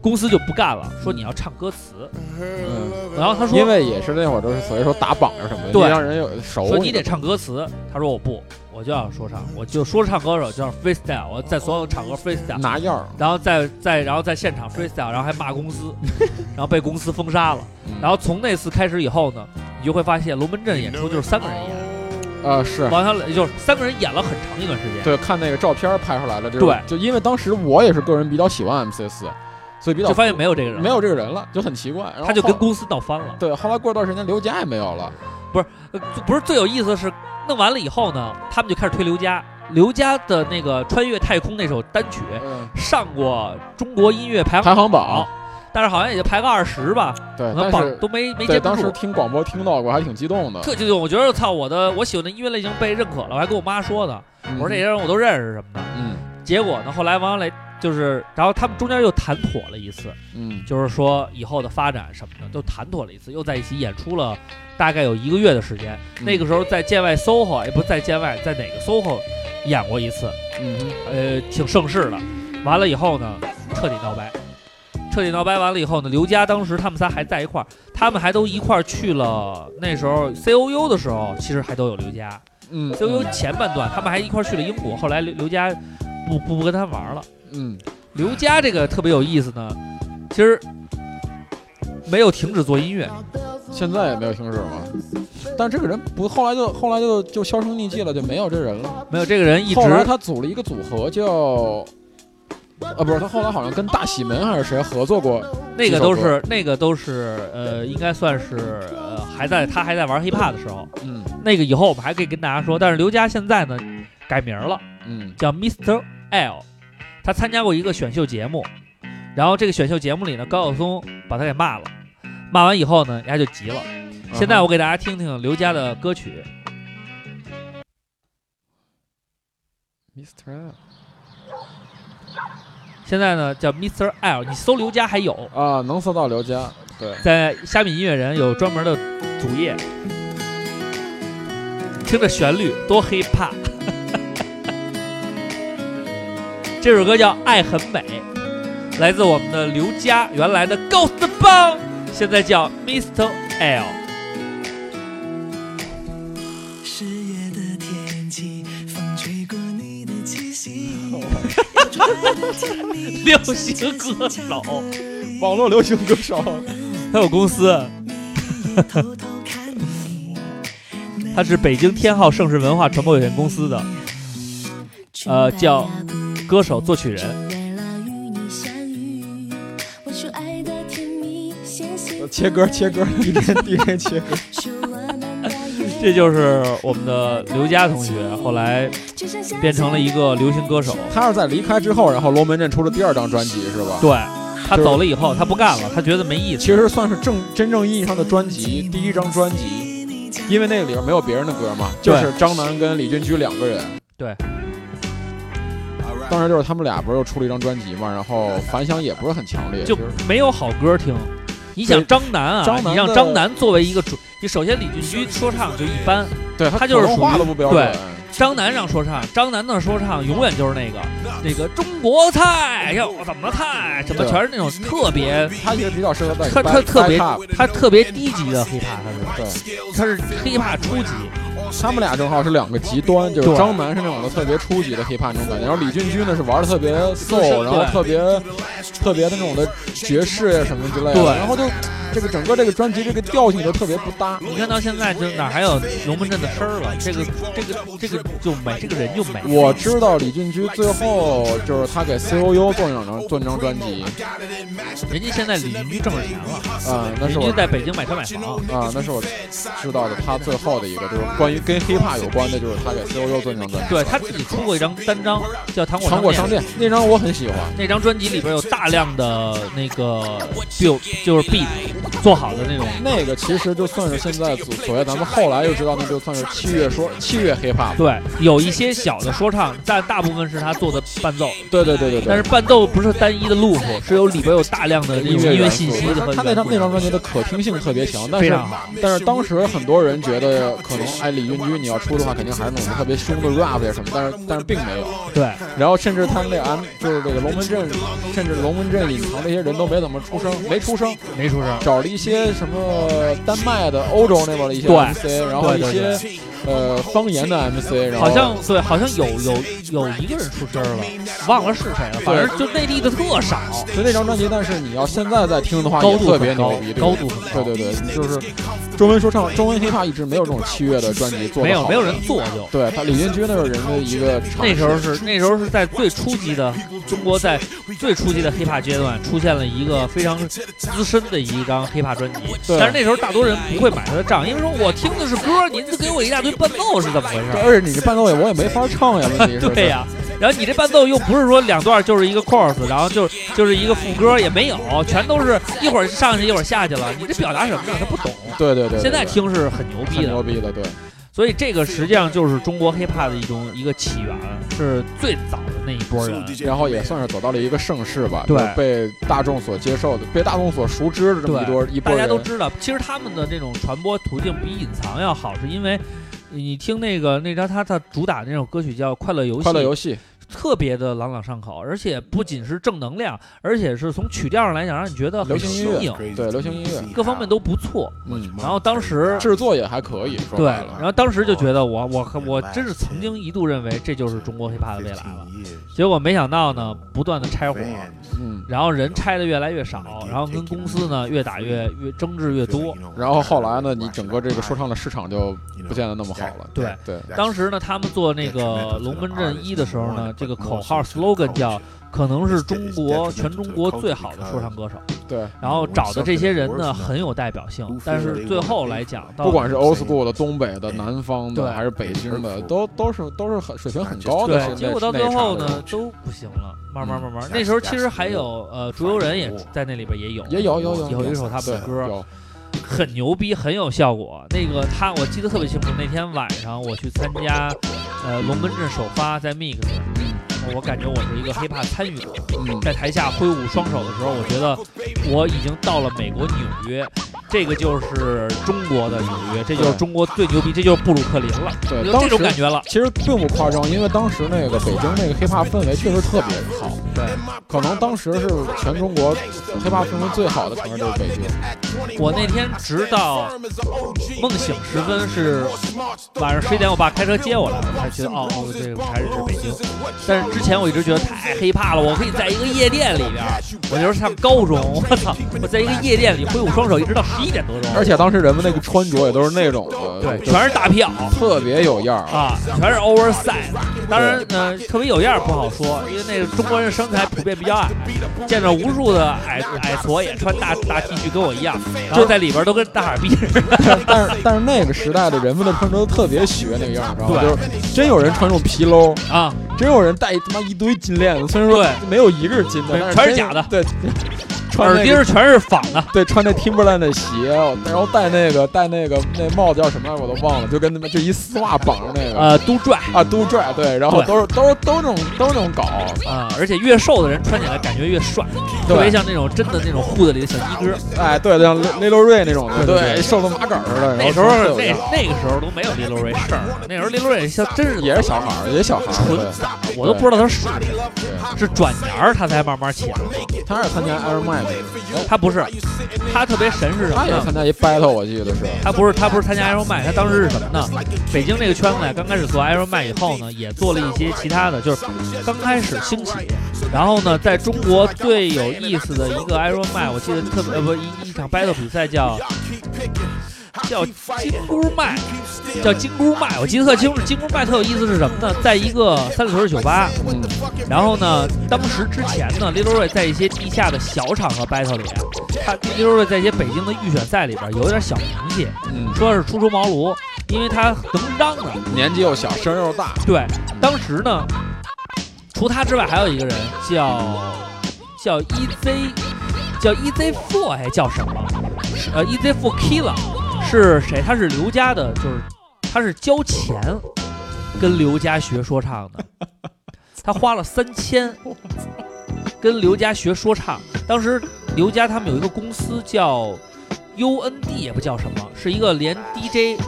公司就不干了，说你要唱歌词，
嗯
然后他说
因为也是那会儿都是所谓说打榜啊什么的，
对
就让人有熟。
说你得唱歌词，他说我不，我就要说唱，我就说唱歌手就要 freestyle，我在所有场合 freestyle，
拿样儿，
然后在在然后在现场 freestyle，然后还骂公 司，然后被公司封杀了。
嗯
然后从那次开始以后呢，你就会发现龙门阵演出就是三个人演，
呃是
王小磊就是三个人演了很长一段时间。
对，看那个照片拍出来的，就是
对
就因为当时我也是个人比较喜欢 MC 四，所以比较
就发现没有这个人，
没有这个嗯人了，就很奇怪。然后
他就
后
跟公司闹翻了。
对，后来过段时间刘佳也没有了，
呃不是最有意思的是，弄完了以后呢，他们就开始推刘佳。刘佳的那个《穿越太空》那首单曲
嗯，
上过中国音乐排行
排行
榜
榜，
但是好像也就排个二十吧，
对
可，能
但
榜
是
都没没
对
接
当时
住。
听广播听到过，还挺激动的。
特激动，我觉得操，我的我喜欢的音乐类型被认可了，我还跟我妈说呢，
嗯
我说这些人我都认识什么的。
嗯
结果呢，后来王小磊就是，然后他们中间又谈妥了一次，
嗯
就是说以后的发展什么的，都谈妥了一次，又在一起演出了大概有一个月的时间。
嗯
那个时候在建外 SOHO，也不是在建外，在哪个 SOHO 演过一次，
嗯哼
呃，挺盛世的。完了以后呢，彻底闹掰，彻底闹掰完了以后呢，刘佳当时他们仨还在一块儿，他们还都一块儿去了。那时候 C O U 的时候，其实还都有刘佳。
嗯
C O U 前半段他们还一块儿去了英国，后来刘刘佳不不不跟他玩了。
嗯
刘佳这个特别有意思呢，其实没有停止做音乐，
现在也没有停止嘛。但这个人不后来就后来就就销声匿迹了，就没有这人了。
没有这个人一直
后来他组了一个组合叫。啊，不是，他后来好像跟大喜门还是谁合作过，
那个都是那个都是呃，应该算是呃还在他还在玩 hiphop 的时候。
嗯
那个以后我们还可以跟大家说。但是刘佳现在呢，改名了，
嗯
叫 Mr. L。他参加过一个选秀节目，然后这个选秀节目里呢，高晓松把他给骂了，骂完以后呢，人家就急了。
嗯
现在我给大家听听刘佳的歌曲，
，Mr.
现在呢叫 Mr. L，你搜刘佳还有，
啊，能搜到刘佳，对，
在虾米音乐人有专门的主页，听着旋律多 hiphop。这首歌叫《爱很美》，来自我们的刘佳，原来的 Ghost Bang，现在叫 Mr. L。
十月的天气，风吹过你的气息，
流行歌手，
网络流行歌手，
他有公司，
偷偷看你。
他是北京天浩盛世文化传播有限公司的呃叫歌手、作曲人。
为了与你相遇，我说爱的甜蜜，谢谢
切歌切歌，一边一边切歌，
是我们的夜
这就是我们的刘佳同学，后来
只剩下
变成了一个流行歌手。
他是在离开之后，然后龙门阵出了第二张专辑是吧？
对他走了以后，他不干了，他觉得没意思。
其实算是正真正意义上的专辑，
嗯
第一张专辑，因为那里边没有别人的歌嘛，就
对
是张楠跟李俊驹两个人。
对，
当时就是他们俩不是又出了一张专辑嘛，然后反响也不是很强烈，
就
其实
没有好歌听。你想
对
张楠啊，
张楠
你让
的
张楠作为一个主，你首先李俊驹说唱就一般，
对
他
他
就是
普通话
属于
都不标准
对。张楠让说唱，张楠的说唱永远就是那个那个中国菜，要怎么菜，什么
对
全是那种特别，
他其实比较适合在
他他特别
backup
他特别低级的 hiphop，他
对，
是他是 hiphop 初级，
他们俩正好是两个极端，就是
对
张楠是那种的特别初级的 hiphop 那种感觉，然后李俊驹呢是玩的特别 soul，然后特别特别那种的爵士呀什么之类的，
对
然后就这个整个这个专辑这个调性就特别不搭。
你看到现在就哪还有龙门阵的声儿了？这个这个这个就没，这个人就没。
我知道李俊驹最后就是他给 C O U 做那张做那张专辑，
人家现在李俊驹挣着钱了，
啊、那是
人
我
家在北京买车买房。
啊、那是我知道的他最后的一个就是关于跟 hiphop 有关的，就是他给 C O U 做那张专辑。
对他自己出过一张单张，叫《糖
糖
果
果
商
商店那张我很喜欢，
那张专辑里边有大量的那个 build，就是 beat 做好的那种。
那个其实就算是现在所所谓咱们后来又知道，那就算是七月说七月 hiphop。
对，有一些小的说唱，但大部分是他做的伴奏，
对对对对对。
但是伴奏不是单一的 loop，是有里边有大量的那种音乐
元
信息
素
的和
他那张那
元
张
素
专辑的可听性特别强，但
非
是
常好
但是当时很多人觉得可能哎李云居你要出的话，肯定还是那种特别凶的 rap 呀什么，但是但是并没有。
对
然后甚至他们那 M 就是这个龙门阵，甚至龙门阵隐藏那些人都没怎么出声，没出声，
没出声。
找了一些什么丹麦的、欧洲那边的一些
对
MC，然后
对
一
对
些呃方言的 MC，然后
好像对，好像有有有一个人出声了，忘了是谁了，反正就内地的特少。
所以那张专辑，但是你要现在再听的话，
高
也
度
特
很
别牛
高
逼，
高度
对
很高
对对对，就是中文说唱、中文 hiphop 一直没有这种器乐的专辑做得
没有
好
没有人做就。
对他李云居那是人的一个尝试
那时候是那时候是在最初级的中国在最初级的 hiphop 阶段出现了一个非常资深的一张 hiphop 专辑，
对
但是那时候大多人不会买他的账，因为说我听的是歌，您给我一大堆伴奏是怎么回
对
事？
而且你这伴奏也我也没法唱呀，问题是
对呀、然后你这伴奏又不是说两段就是一个 chorus，然后就就是一个副歌也没有，全都是一会儿上去一会儿下去了，你这表达什么呢？他不懂。
对对对，对
现在听是很牛
很
逼的
牛，逼的，对
所以这个实际上就是中国 hiphop 的一种一个起源，是最早的那一波人。
然后也算是走到了一个盛世吧，
对
就是被大众所接受的、被大众所熟知的这么一波一波
大家
人
都。知道，其实他们的这种传播途径比隐藏要好，是因为你听那个那张他他主打那首歌曲叫《快乐游戏》，
快乐游戏，
特别的朗朗上口，而且不仅是正能量，而且是从曲调上来讲，让你觉得
流
很
行
新
音乐
颖，，
对流行音乐，
各方面都不错。
嗯，
然后当时
制作也还可以，说
对，
白了
然后当时就觉得我我我真是曾经一度认为这就是中国 hiphop 的未来了，结果没想到呢，不断的拆伙，
嗯，
然后人拆的越来越少，然后跟公司呢越打越越争执越多。
然后后来呢，你整个这个说唱的市场就不见得那么好了。
对
对，
当时呢，他们做那个龙门阵一的啊时候呢，这个口号 slogan 叫“可能是中国全中国最好的说唱歌手
对，”，
然后找的这些人呢很有代表性，但是最后来讲，到
不管是 old school 的、东北的、南方
哦对
的，还是北京的，都都是都是很水平很高的。
对，
是
结
那
果到最后，
那一茬
呢
的
都不行了，慢慢慢慢，那时候其实还有呃竹游人也在那里边也有，
也有有有
有一首他们的
对
歌，
有
很牛逼，很有效果。那个他，我记得特别清楚，那天晚上我去参加呃龙门阵首发在 Mix，我感觉我是一个 hiphop 参与者，
嗯
在台下挥舞双手的时候，我觉得我已经到了美国纽约，这个就是中国的纽约，这就是
对
中国最牛逼，这就是布鲁克林了，
对
有
当
这种
时
感觉了。
其实并不夸张，因为当时那个北京那个 hiphop 氛围确实特别好，
对
可能当时是全中国 hiphop 氛围最好的城市就是北京。
我那天直到梦醒时分是晚上十一点，我爸开车接我来了，才觉得哦，哦这个还是北京。但是之前我一直觉得太黑怕了，我可以在一个夜店里边儿，我那时候上高中，我操，我在一个夜店里挥舞双手，一直到十一点多钟，
而且当时人们那个穿着也都是那种的，
对，
就是
全是大屁袄。
特别有样儿。
啊，全是 oversize，当然呢，特别有样儿不好说，因为那个中国人身材普遍比较矮，见着无数的矮矮矬也穿大大 T 恤，跟我一样，然后在里边儿都跟大傻逼似的。
但是但是那个时代的人们的穿着都特别学那个样儿，知道吗？
对
就是真有人穿这种皮褛，
啊，
真有人戴他妈一堆金链子，虽然说
对
没有一个是金的，
对
但是
全是
真
假的
对，穿
耳
那
钉
个
儿全是仿 的，
对，穿那 Timberland 的鞋，然后戴那个戴那个那帽子叫什么来着我都忘了，就跟他们就一丝袜绑着那个
呃，都拽
啊都拽，对，然后
对
都是都是都是那种都是那种搞，
啊，而且越瘦的人穿起来感觉越帅，特
对
别像那种真的那种裤子里的小鸡哥。
哎，对，像 l i l 瑞那种的，
对对对
瘦的麻杆儿似的，然后
那时
穿特
候
有
那
样儿
那个时候都没有 Lil Ray 事儿，那时候 Lil Ray 像真是
也是小孩儿，也是小孩儿，
纯
对
子，我都不知道他是谁
对
是转年儿他才慢慢起来的。
他也参加 Air Max，
他不是，他特别神是什么
他也参
呢？
加一 battle，我记得是，
他不是他不是参加 Iron Man，他当时是什么呢？北京这个圈子呀，刚开始做 Iron Man 以后呢，也做了一些其他的，就是刚开始兴起。然后呢，在中国最有意思的一个 Iron Man，我记得特别呃不一一场 battle 比赛叫叫金箍麦，叫金箍麦，我记得特清楚。金箍麦特有意思是什么呢？在一个三里屯的酒吧，
嗯，
然后呢，当时之前呢，Lil Roy 在一些地下的小场合 battle 里，他 Lil Roy 在一些北京的预选赛里边有点小名气，
嗯
说是初出茅庐，因为他能嚷的。
年纪又小，声又大，
对，当时呢，除他之外还有一个人叫叫 EZ，叫 EZ Four 还叫什么？是呃 EZ Four Killa 是谁？他是刘佳的，就是他是交钱跟刘佳学说唱的，他花了三千跟刘佳学说唱。当时刘佳他们有一个公司叫 UND，也不叫什么，是一个连 DJ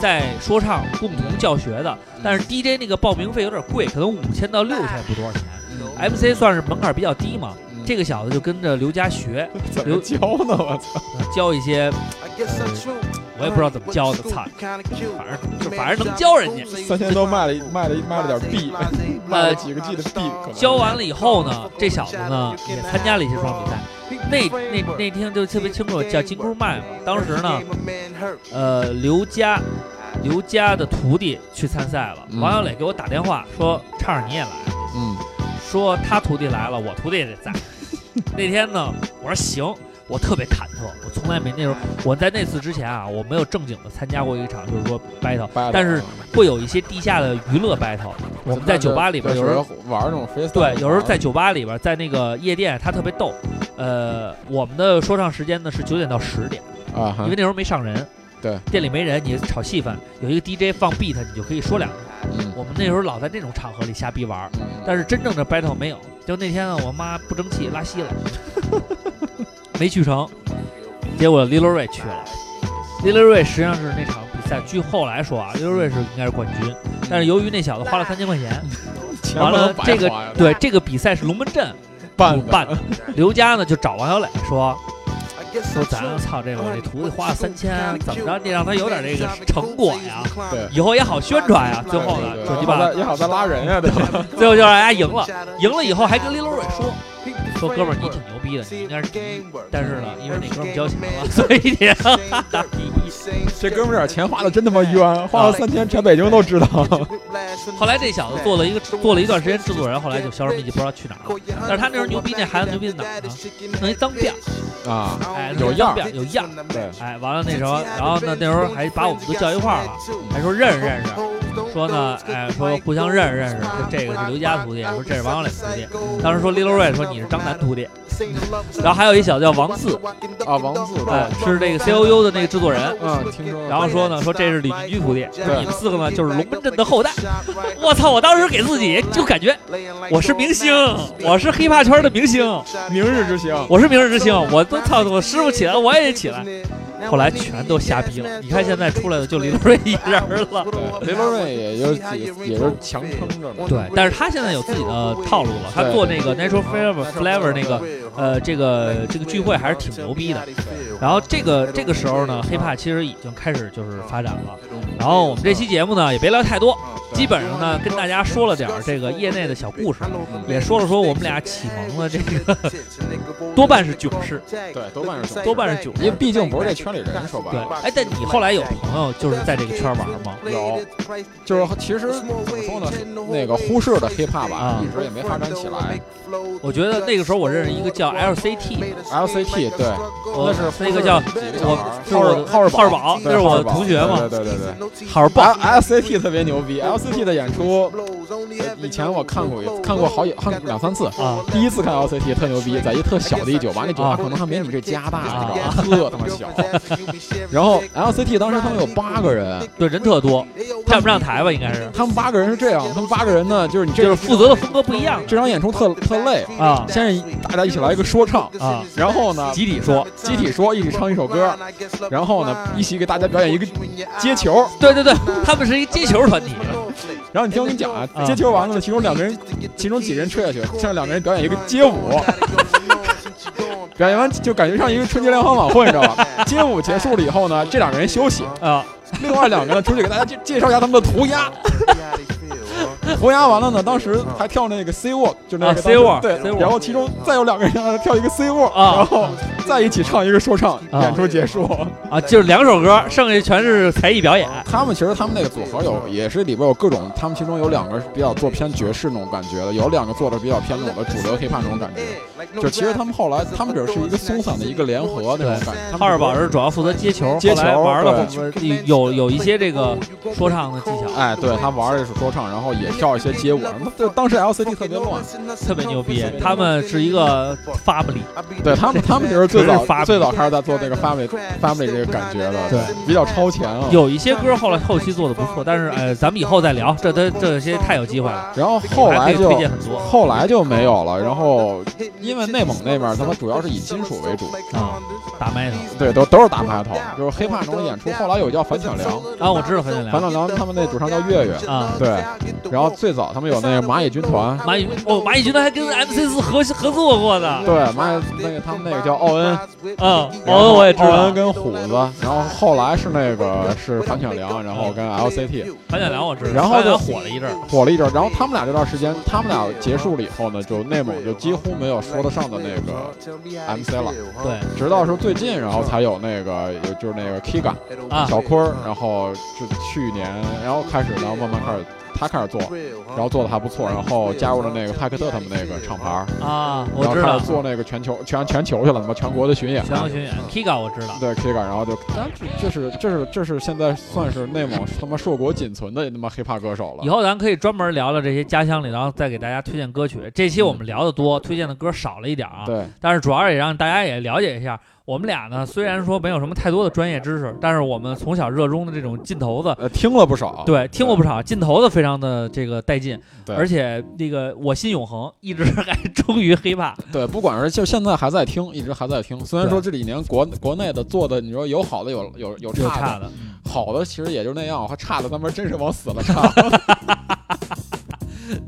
在说唱共同教学的，
嗯
但是 DJ 那个报名费有点贵，可能五千到六
哎
千不多少钱。MC 算是门槛比较低嘛，这个小子就跟着刘佳学，
嗯 怎
刘
么教呢？我操，
教一些，
嗯我也不知道怎么教的，操，
反
反
正就
正反
反正
正能
能教
教
人
人
家
家。
三千多卖了一卖了一卖
卖
了
了点
点 B，
币，
卖
卖
了
了
几
几
个
个
G
G
的
的
B，
币
可能。
呃教完了以后呢，这小子呢也参加了一些双比赛，那那那天就特别清楚，叫金箍麦嘛。当时呢，呃，刘佳，刘佳的徒弟去参赛了，
嗯
王小磊给我打电话说：“畅儿你也来。”
嗯，
说他徒弟来了，我徒弟也得在。 那天呢，我说行，我特别忐忑，我从来没那时候我在那次之前啊，我没有正经的参加过一场，就是说 battle，
battle
但是会有一些地下的娱乐 battle，我们在酒吧里边
就
有
是
人
玩那种 freestyle，
对，有时候在酒吧里边，在那个夜店，他特别逗。呃，我们的说唱时间呢是九点到十点，
啊
因
哈
为，那时候没上人，
对，
店里没人，你炒戏份，有一个 DJ 放 beat，你就可以说两句。
嗯
我们那时候老在那种场合里瞎逼玩儿，
嗯，
但是真正的 battle 没有。就那天呢，啊我妈不争气拉稀了，没去成，结果 Lil Ray 去了。Lil Ray 实际上是那场比赛，据后来说啊，Lil Ray 是应该是冠军，但是由于那小子花了三千块钱，
钱
完
不
了
能白
这个
花呀
对这个比赛是龙门阵，
办
办的。刘佳呢就找王小磊说
说
说咱
咱
操这我
我
这
这
徒
徒
弟
弟
花
花
了
了
三
三
千
千，，
怎
怎
么
么着
着得
得
让
让
他
他
有
有
点
点
这
这
个
个
成
成
果
果
呀
呀，，
对
以后也好宣传呀。最后呢，
对
就
对
鸡
也好
巴
在也好在拉人 呀，对吧？
最
最
后
后就
就
让
让人
人
家
家
赢
赢
了
了，赢
赢了
了
以
以
后
后还
还跟
跟
Lil
Lil
Roy
Roy 说，
说说
说
哥
哥
们
们
儿
儿
你
你
挺
挺
牛逼的，你应该是第一，
但
但是
是
呢
呢，
因
因
为
为
那
那哥
哥们
们
儿
儿
交
交钱了，所
钱了啊所以
以
你
打第一。
这哥们儿点钱花的真他妈冤，花了三千，全北京都知道。
后来这小子做了一个做了一段时间制作人，后来就销声匿迹，不知道去哪儿了。
但是他那时候牛逼，那孩子牛逼在哪儿呢？
弄一脏辫儿，
啊，
哎，
有样
儿有样儿。
对，
哎，完了那时
然
候，
后，
然
然
后
后
呢
呢，，那
那时
时
候
候
还
还
把
把我
我们
们都
都叫
叫
一
一
块
块
儿
儿
了
了，，
还
还
说
说认
认识
识
认
认
识
识。，
说
说
呢
呢，，
哎，
哎，
说
说
互
互
相
相
认
认
识
识
认
认识，说
识，说这
这个
个是
是
刘
刘
佳
家
徒
徒
弟，
弟，
说
说
这
这
是
是
王
王
小
小磊徒
磊徒弟
弟。。当
当时
时
说
说
Lil
Lil
Roy
Roy
说
说
你
你
是
是
张
张
楠然后还有一小叫王四，
啊，王四，
哎、是这个 C O U 的那个制作人。
嗯，听说了，
然后说呢，说这是李云居徒弟，
对
你们四个呢就是龙门阵的后代。我操！我当时给自己就感觉我是明星，我是 hiphop 圈的明星，
明日之星，
我是明日之星，我都操！我师傅起来我也得起来。后来全都瞎逼了，你看现在出来的就李瑞一人了。
对雷洛瑞也就也也就是强撑着嘛，
对，但是他现在有自己的套路了，他
对
做那个 Natural Flavor Flavor 那个呃这个这个聚会还是挺牛逼的。然后这个这个时候呢，hiphop 其实已经开始就是发展了。然后我们这期节目呢也别聊太多，基本上呢跟大家说了点儿这个业内的小故事，也说了说我们俩启蒙的这 个多半是囧事，
对，多半是这么
多半是囧
因为
事。
毕竟不是这圈里人，说 白
对
了，，
哎，但你哎后来有朋友就是在这个圈玩吗？
有，就是其实怎么说呢，那个忽视的 hiphop 吧
啊，
一直也没发展起来。
我觉得那个时候我认识一个叫 LCT，
LCT 对，
我
那是
那个叫
几个小
我
孩儿，
是我
浩尔
浩尔
堡
堡，
对
那是
浩
我
尔堡
同学嘛
对对对对对。
好好棒，
L C T 特别牛逼，LCT 的演出，呃以前我看过一看过好几看两三次
啊。
第一次看 LCT 特牛逼，在一特小的一酒吧，那酒吧
啊
可能还没你们这家大，
啊
你知道吗？特他妈小。然后 LCT 当时他们有八个人，
对，人特多，站不上台吧，应该是，
他们八个人是这样，他们八个人呢，就是你这
就是负责的风格不一样
这场演出特特累，
啊
先是大家一起来一个说唱，
啊，
然后呢
集体说，
集体说，一起唱一首歌，然后呢一起给大家表演一个接球，
对对对，他们是一接球团体，
然后你听我跟你讲啊，
啊
接球完了，其中两个人，其中几个人吹下去，像两个人表演一个街舞，表演完就感觉像一个春节联欢晚会，你知道吧？街舞结束了以后呢，这两个人休息，
啊
另外两个呢出去给大家介介绍一下他们的涂鸦。涂鸦完了呢，当时还跳那个 C walk，就那
啊
个
C walk，
对
C，walk
然后其中再有两个人让他跳一个 C walk，
啊
然后再一起唱一个说唱，
啊
演出结束。
啊，就是两首歌，剩下全是才艺表演
他们其实他们那个组合有也是里边有各种，他们其中有两个是比较做偏爵士那种感觉的，有两个做的比较偏那种的主流 hiphop 那种感觉。就其实他们后来他们只是一个松散的一个联合那种感觉。他们
哈尔堡是主要负责接球，
接
后
球
来玩了
对
后面有有一些这个说唱的技巧，
哎，对他玩的是说唱，然后也跳一些街
哎
舞什啊么的。就当时 LCT 特别乱，
特别牛逼。他们是一个 family，
对他 们他们其实最
纯是
早
family
最早开始在做那个 family family 这个感觉的，
对
比较超前啊。
有一些歌后来后期做的不错，但是呃，咱们以后再聊，这这这些 太有机会了。
然后后
还
来
可以
就
推荐很多
后来就没有了，然后因为内蒙那边他们主要是以金属为主，
啊，打麦头
对，都都是大排头，就是黑怕那种演出。后来有叫樊巧良，
啊，我知道很想
樊
聊
巧良他们那主唱叫月月，
啊。
对。然后最早他们有那个蚂蚁军团，
蚂蚁哦，蚂蚁军团还跟 MC 四合合作过呢。
对，蚂蚁那个他们那个叫奥恩，
嗯，
然
哦，
后
我也知
奥恩
道。
跟虎子，然后后来是那个是樊巧良，然后跟 LCT
樊小良我知道，
然后
樊小
就
良火了一阵儿。
火了一阵儿，然后他们俩这段时间，他们俩结束了以后呢，就内蒙就几乎没有说得上的那个 MC 了，
对
直到是最近，然后才有那个有就是那个 Kiga，
啊，
小坤儿，然后是去年，然后开始，然后慢慢开始他开始做，然后做的还不错，然后加入了那个派克特他们那个厂牌儿，
啊，我
然后
知
开
道
始。做那个全球全全球去了，他妈全国的巡演。
全国巡演，Kiga 我知道。
对 K 感，然后就，但是这是这是这是现在算是内蒙他妈硕果仅存的他妈 hiphop 歌手
以
了。
后咱可以专门聊聊这些家乡里，然后再给大家推荐歌曲。这期我们聊的多，推荐的歌少了一点啊。
对，
但是主要也让大家也了解一下，我们俩呢虽然说没有什么太多的专业知识，但是我们从小热衷的这种劲头子，
呃，听了不少。
对，听过不少，劲头子非常的这个带劲，
对
而且那个我心永恒，一直还忠于 hiphop。
对，不管是就现在还在听，一直还在听。虽然说这几年国国内的做的，你说有好的有有有
又
差
差
的，
的，
好的其实也就那样，还差的他妈真是往死 了差。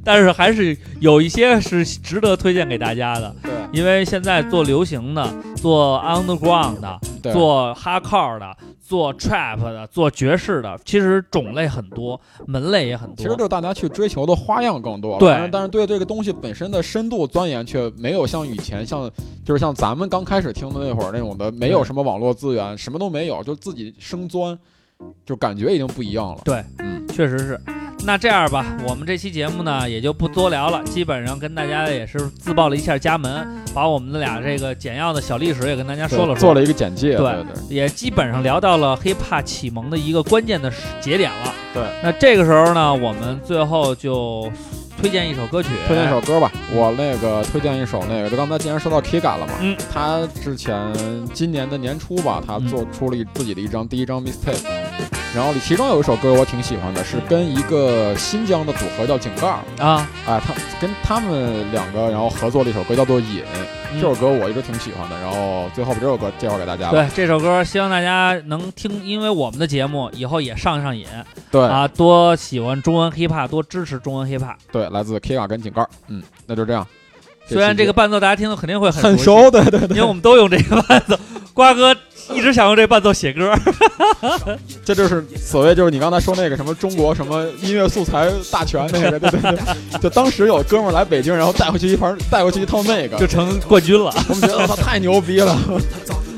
但是还是有一些是值得推荐给大家的，
对
因为现在做流行的、做 underground 的、
对，
做 hardcore 的、做 trap 的、做爵士的，其实种类很多，门类也很
其实
多。
就是大家去追求的花样更多了，
对
但是但是对这个东西本身的深度钻研却没有像以前像就是像咱们刚开始听的那会儿那种的，没有什么网络资源，什么都没有，就自己生钻，就感觉已经不一样了。
对，
嗯
确实是。那这样吧，我们这期节目呢也就不多聊了，基本上跟大家也是自报了一下家门，把我们的俩这个简要的小历史也跟大家
对
说了说，
做了一个简介，
对
对
也基本上聊到了 hiphop 启蒙的一个关键的时节点了。
对，
那这个时候呢，我们最后就推荐一首歌曲，
推荐一首歌吧，我那个推荐一首那个，就刚才既然说到 Kiga 了嘛，
嗯
他之前今年的年初吧，他
嗯
做出了一自己的一张第一张 mixtape，然后里其中有一首歌我挺喜欢的，是跟一个新疆的组合叫井盖儿，
啊，
啊，他跟他们两个然后合作了一首歌叫做《瘾》，
嗯
这首歌我一直挺喜欢的，然后最后把这首歌介绍给大家吧，
对这首歌，希望大家能听，因为我们的节目以后也上上瘾
对
啊，多喜欢中文 hiphop，多支持中文 hiphop。
对，来自 Kiga 跟井盖儿，嗯，那就这样，
虽然
这
这
期
个伴奏大家听的肯定会熟
很
悉，
熟，对对
因为我们都用这个伴奏。瓜哥一直想用这伴奏写歌，
这就是所谓就是你刚才说那个什么中国什么音乐素材大全那个，对对对，就当时有哥们儿来北京，然后带回去一盘，带回去一套那个，
就成冠军了。
我们觉得哦他太牛 逼了。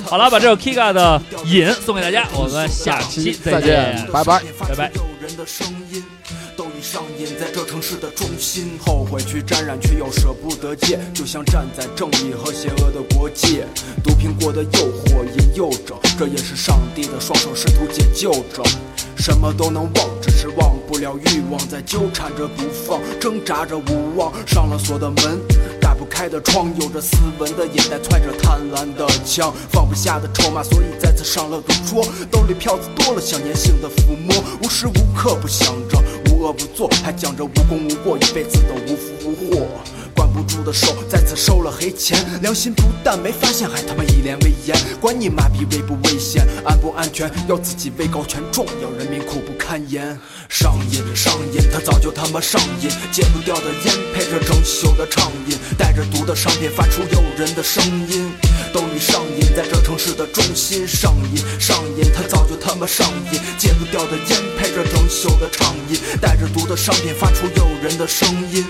好了，把这首 Kiga 的《瘾》送给大家，我们下期再见。
拜拜。
拜拜
诱人的声音都已上瘾，在这城市的中心，后悔去沾染，却又舍不得戒，就像站在正义和邪恶的国界。毒品过的诱惑引诱着，这也是上帝的双手试图解救着。什么都能忘，只是忘不了欲望，在纠缠着不放，挣扎着无望，上了锁的门，打不开的窗，有着斯文的眼袋，揣着贪婪的枪，放不下的筹码，所以再次上了赌桌。兜里票子多了，想念性的抚摸，无时无刻不想着无恶不作，还讲着无功无过，一辈子都无福无祸。管不住的手再次收了黑钱，良心不但没发现，还他妈一脸威严。管你麻痹危不危险，安不安全，要自己位高权重，要人民苦不堪言。上瘾上瘾，他早就他妈上瘾，戒不掉的烟配着整宿的畅饮，带着毒的商品发出诱人的声音，都已上瘾，在这城市的中心上瘾上瘾，他早就他妈上瘾，戒不掉的烟配着整宿的畅饮，带着毒的商品发出诱人的声音，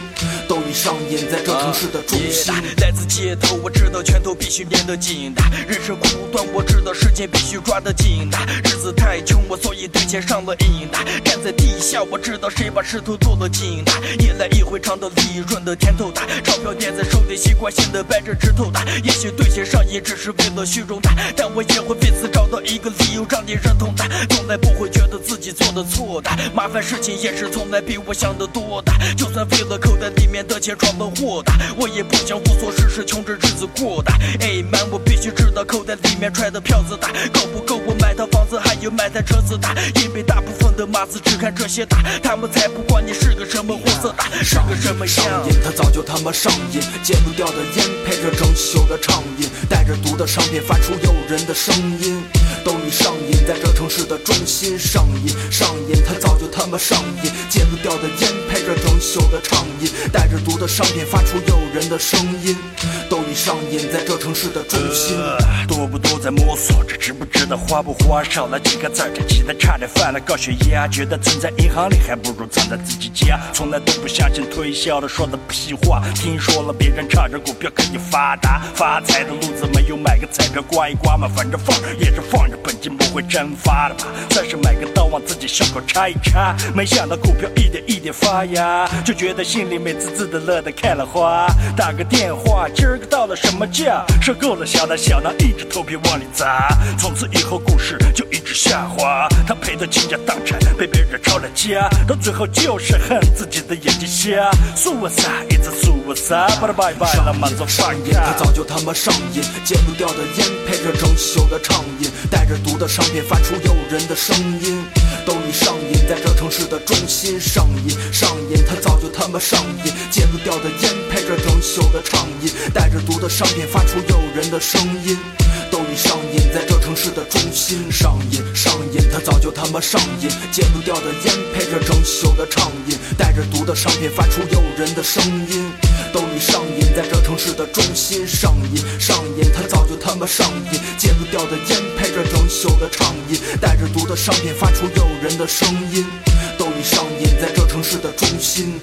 都已上瘾，在这城市的中心。
来自街头，我知道拳头必须练得紧的，人生苦短，我知道时间必须抓得紧的。日子太穷，我所以对钱上了瘾的。站在地下，我知道谁把石头做了井的。一来一回尝到利润的甜头的，钞票点在手里，习惯性的掰着指头的。也许对钱上瘾只是为了虚荣的，但我也会为此找到一个理由让你认同的。从来不会觉得自己做的错的，麻烦事情也是从来比我想的多的。就算为了口袋里面的钱闯了祸的，我也不想无所事事，穷着日子过的。哎，man，我必须知道口袋里面揣的票子大，够不够我买套房子，还有买台车子大。因为大部分的马子只看这些大，他们才不管你是个什么货色大，是个什么
上
样
瘾。，他早就他妈上瘾，戒不掉的烟配着整宿的畅饮，带着毒的商品发出诱人的声音，都已上瘾，在这城市的中心上瘾上瘾，他早就他妈上瘾，戒不掉的烟配着整宿的畅饮，带着毒的商品发出诱人的声音，都已上瘾，在这城市的中心。
呃多不多在摸索着，值不值得，花不花，少了几个字儿，这鸡蛋差点犯了高血压，觉得存在银行里还不如藏在自己家，从来都不相信推销的说的屁话，听说了别人唱着股票可以发达，发财的路子没有买个彩票刮一刮嘛，反正放着也是放着，本金不会蒸发的嘛，算是买个刀往自己胸口插一插，没想到股票一点一点发芽，就觉得心里美滋滋的，乐得开了花，打个电话，今儿个到了什么价？受够了小打小闹，硬着头皮往里砸。从此以后股市就一直下滑，他赔得倾家荡产，被别人抄了家，到最后就是恨自己的眼睛瞎。Suicide is a suicide, but bye bye 了满足放
他
假。
早就他妈上瘾，戒不掉的烟配着整宿的畅饮，带着毒的商品发出诱人的声音，都已上瘾，在这城市的中心上瘾上瘾，他早就他妈上瘾，戒不掉的烟配着整宿的畅饮，带着毒的商品发出诱人的声音。都已上瘾，在这城市的中心上瘾上瘾，他早就他妈上瘾，戒不掉的烟配着整宿的畅饮，带着毒的商品发出诱人的声音，都已上瘾，在这城市的中心上瘾上瘾，他早就他妈上瘾，戒不掉的烟配着整宿的畅饮，带着毒的商品发出诱人的声音，都已上瘾，在这城市的中心。